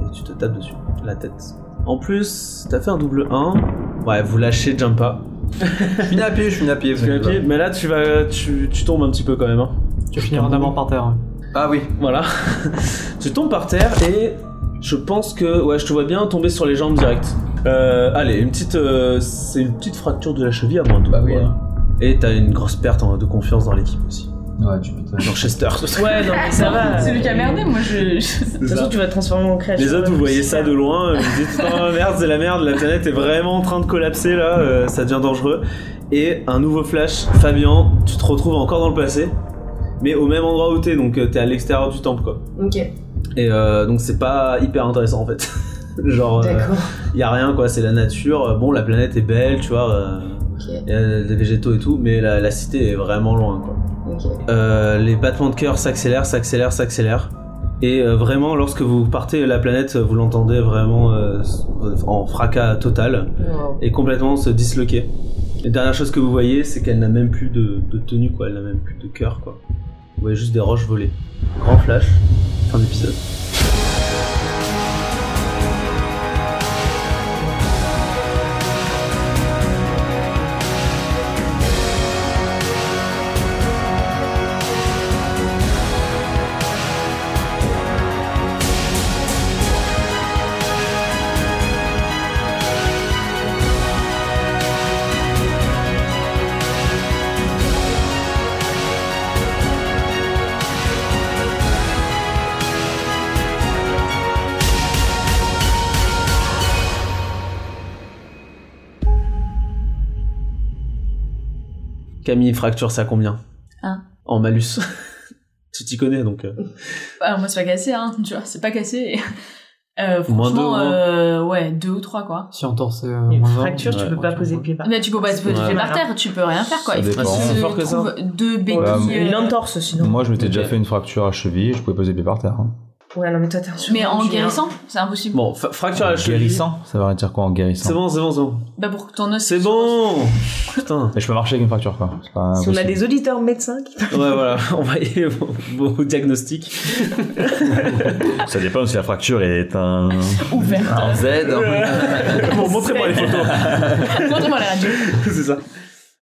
[SPEAKER 1] et tu te tapes dessus, la tête. En plus, t'as fait un double 1. Ouais, vous lâchez Jumpa.
[SPEAKER 2] Je suis né à pied, je suis né à pied.
[SPEAKER 1] Tu es à pied, mais là, tu vas, tu, tu tombes un petit peu quand même. Hein.
[SPEAKER 4] Tu vas finir en avant par terre.
[SPEAKER 2] Ah oui.
[SPEAKER 1] Voilà. *laughs* tu tombes par terre et je pense que ouais, je te vois bien tomber sur les jambes direct. Euh, allez, une petite, euh, c'est une petite fracture de la cheville à moins de
[SPEAKER 2] Bah oui.
[SPEAKER 1] voilà. Et t'as une grosse perte en- de confiance dans l'équipe aussi.
[SPEAKER 2] Ouais, tu peux
[SPEAKER 1] Genre Chester. *laughs*
[SPEAKER 3] Ouais, non, mais ça va.
[SPEAKER 5] C'est lui qui a merdé, moi je. je-
[SPEAKER 3] De toute façon, tu vas te transformer en créature.
[SPEAKER 1] Les autres, vous voyez ça de loin, vous dites oh merde, c'est la merde, la planète est vraiment en train de collapser là, euh, ça devient dangereux. Et un nouveau flash, Fabien, tu te retrouves encore dans le passé, mais au même endroit où t'es, donc euh, t'es à l'extérieur du temple quoi.
[SPEAKER 7] Ok,
[SPEAKER 1] Et euh, donc c'est pas hyper intéressant en fait. *laughs* Genre, euh,
[SPEAKER 7] d'accord.
[SPEAKER 1] y a rien quoi, c'est la nature. Euh, Bon, la planète est belle, tu vois, euh,
[SPEAKER 7] Ok,
[SPEAKER 1] y a des végétaux et tout, mais la, la cité est vraiment loin quoi.
[SPEAKER 7] ok.
[SPEAKER 1] Euh, les battements de cœur s'accélèrent, s'accélèrent, s'accélèrent. Et euh, vraiment, lorsque vous partez la planète, vous l'entendez vraiment euh, en fracas total
[SPEAKER 7] Wow.
[SPEAKER 1] et complètement se disloquer. La dernière chose que vous voyez, c'est qu'elle n'a même plus de, de tenue quoi, elle n'a même plus de cœur quoi. Vous voyez juste des roches voler. Grand flash, fin d'épisode. Camille fracture ça combien
[SPEAKER 5] Un.
[SPEAKER 1] En malus. *laughs* tu t'y connais donc. euh.
[SPEAKER 5] Alors moi c'est pas cassé, hein, tu vois, c'est pas cassé. *laughs* Euh,
[SPEAKER 1] Moins deux,
[SPEAKER 5] franchement,
[SPEAKER 1] hein.
[SPEAKER 5] euh, ouais, deux ou trois quoi.
[SPEAKER 4] Si on torse, c'est euh,
[SPEAKER 3] Une
[SPEAKER 4] moins un.
[SPEAKER 3] fracture, tu
[SPEAKER 1] Ouais.
[SPEAKER 3] peux pas poser le pied par
[SPEAKER 5] Mais tu peux pas te
[SPEAKER 1] Ouais.
[SPEAKER 5] jeter par terre, tu peux rien faire quoi.
[SPEAKER 6] Ça
[SPEAKER 5] Il faut
[SPEAKER 6] dépend.
[SPEAKER 5] qu'il
[SPEAKER 1] C'est
[SPEAKER 5] se
[SPEAKER 1] fort que ça.
[SPEAKER 5] trouve deux
[SPEAKER 3] Ouais,
[SPEAKER 5] béquilles.
[SPEAKER 3] Une
[SPEAKER 5] euh,
[SPEAKER 3] entorse sinon.
[SPEAKER 2] Moi, je m'étais
[SPEAKER 1] Ok.
[SPEAKER 2] déjà fait une fracture à cheville, je pouvais poser pied par terre. hein.
[SPEAKER 3] Ouais, non, mais toi, t'es un
[SPEAKER 5] mais en
[SPEAKER 3] chirurgien.
[SPEAKER 5] guérissant, c'est impossible.
[SPEAKER 1] Bon, fa- fracture à la cheville.
[SPEAKER 2] Guérissant Ça veut dire quoi en guérissant
[SPEAKER 1] C'est bon, c'est bon, c'est bon.
[SPEAKER 5] Bah pour que ton os.
[SPEAKER 1] C'est bon Putain.
[SPEAKER 2] Mais je peux marcher avec une fracture quoi. C'est
[SPEAKER 1] Ah,
[SPEAKER 2] pas
[SPEAKER 3] Si on a
[SPEAKER 2] impossible.
[SPEAKER 3] des auditeurs médecins qui.
[SPEAKER 1] Ouais, voilà, *laughs* envoyez vos, vos diagnostics.
[SPEAKER 2] Ça dépend si la fracture est un.
[SPEAKER 5] Ouvert. *laughs*
[SPEAKER 2] Z.
[SPEAKER 1] bon, montrez-moi les photos.
[SPEAKER 5] Montre-moi la radio.
[SPEAKER 1] c'est ça.